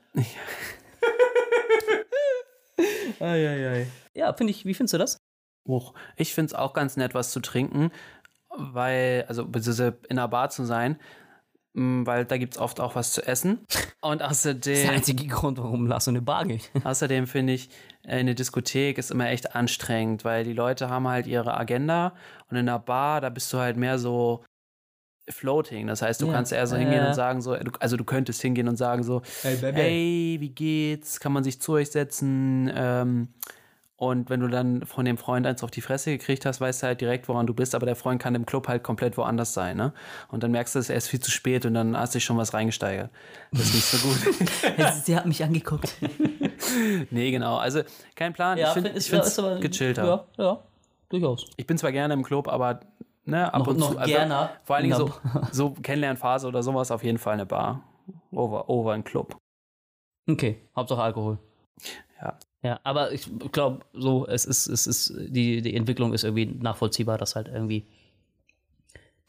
Ja, finde ich, wie findest du das?
Och, ich finde es auch ganz nett, was zu trinken, weil, also beziehungsweise in einer Bar zu sein, m, weil da gibt es oft auch was zu essen. Und außerdem.
einzige Grund, warum Lars in eine Bar geht.
Außerdem finde ich, äh, eine Diskothek ist immer echt anstrengend, weil die Leute haben halt ihre Agenda und in einer Bar, da bist du halt mehr so floating. Das heißt, du
Ja.
kannst eher so
Ja,
hingehen
ja.
und sagen so, du- also du könntest hingehen und sagen so,
Hey, Baby.
hey, wie geht's? Kann man sich zu euch setzen? Ähm, und wenn du dann von dem Freund eins auf die Fresse gekriegt hast, weißt du halt direkt, woran du bist, aber der Freund kann im Club halt komplett woanders sein, ne? Und dann merkst du, es ist erst viel zu spät und dann hast du dich schon was reingesteigert. Das ist nicht so gut.
Sie hat mich angeguckt.
Nee, genau. Also kein Plan. ich finde es find's gechillter.
Ja, ja, durchaus.
Ich bin zwar gerne im Club, aber ne, ab
Noch-
und
noch
zu. Also,
gerne
Vor allen Dingen
in
so, so Kennenlernphase oder sowas auf jeden Fall eine Bar. Over, over ein Club.
Okay, Hauptsache Alkohol.
Ja.
Ja, aber ich glaube, so, es ist, es ist, die, die Entwicklung ist irgendwie nachvollziehbar, dass halt irgendwie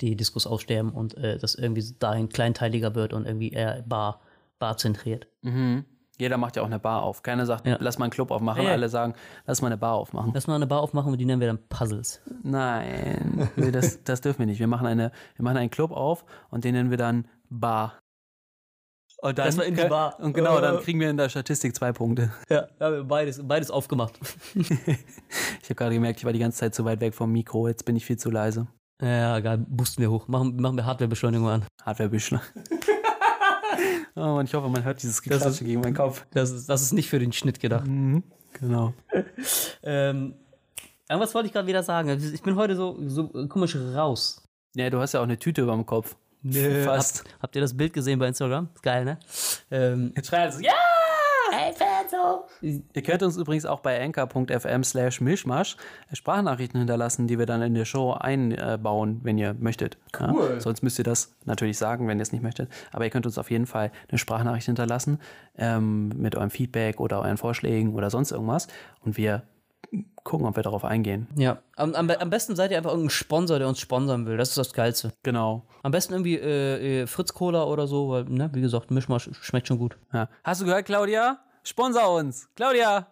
die Diskus aussterben und äh, das irgendwie dahin kleinteiliger wird und irgendwie eher bar, barzentriert.
Mhm. Jeder macht ja auch eine Bar auf. Keiner sagt,
Ja.
lass mal einen Club aufmachen.
Ja, ja.
Alle sagen, lass mal eine Bar aufmachen.
Lass mal eine Bar aufmachen und die nennen wir dann Puzzles.
Nein, nee, das, das dürfen wir nicht. Wir machen, eine, wir machen einen Club auf und den nennen wir dann Bar. Und Oh, dann,
Erstmal in die Bar.
Und genau, dann
Äh.
kriegen wir in der Statistik zwei Punkte.
Ja, beides, beides aufgemacht.
Ich habe gerade gemerkt, ich war die ganze Zeit zu weit weg vom Mikro. Jetzt bin ich viel zu leise.
Ja, egal, boosten wir hoch. Machen, machen wir Hardwarebeschleunigung an.
Hardware-Büchler. Oh Mann, ich hoffe, man hört dieses Geklatsche gegen meinen Kopf.
Das ist, das ist nicht für den Schnitt gedacht.
Genau.
Ähm, irgendwas wollte ich gerade wieder sagen. Also, Ich bin heute so, so äh, komisch raus.
Ja, du hast ja auch eine Tüte über dem Kopf.
Nö,
Fast.
Äh, Habt, habt ihr das Bild gesehen bei Instagram? Ist Geil, ne? Ähm,
Jetzt also, schreit es, ja! Ihr könnt uns übrigens auch bei anchor.fm slash mischmasch Sprachnachrichten hinterlassen, die wir dann in der Show einbauen, wenn ihr möchtet. Cool. Ja? Sonst müsst ihr das natürlich sagen, wenn ihr es nicht möchtet. Aber ihr könnt uns auf jeden Fall eine Sprachnachricht hinterlassen ähm, mit eurem Feedback oder euren Vorschlägen oder sonst irgendwas. Und wir gucken, ob wir darauf eingehen.
ja. Am, am, am besten seid ihr einfach irgendein Sponsor, der uns sponsern will. Das ist das Geilste.
Genau.
Am besten irgendwie äh, äh, Fritz Cola oder so, weil, ne, wie gesagt, Mischmasch schmeckt schon gut.
Ja. Hast du gehört, Claudia? Sponsor uns! Claudia!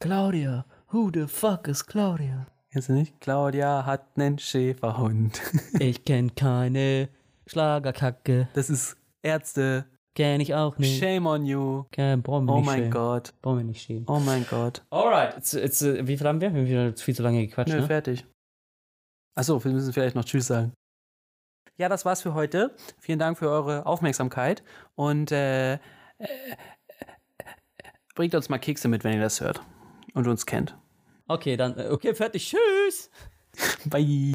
Claudia, who the fuck is Claudia?
Kennst du nicht? Claudia hat einen Schäferhund.
Ich kenn keine Schlagerkacke.
Das ist Ärzte.
Kenn ich auch nicht.
Shame on you.
Kein Bomben
Oh
nicht
mein
schämen.
Gott.
Brauchen wir nicht schämen.
Oh mein Gott.
Alright. Jetzt, jetzt, äh, wie viel haben wir? Wir haben wieder viel zu lange gequatscht,
Nö,
ne?
fertig. Achso, wir müssen vielleicht noch Tschüss sagen. Ja, das war's für heute. Vielen Dank für eure Aufmerksamkeit und äh, äh, bringt uns mal Kekse mit, wenn ihr das hört und uns kennt.
Okay, dann, äh, okay, fertig. Tschüss.
Bye.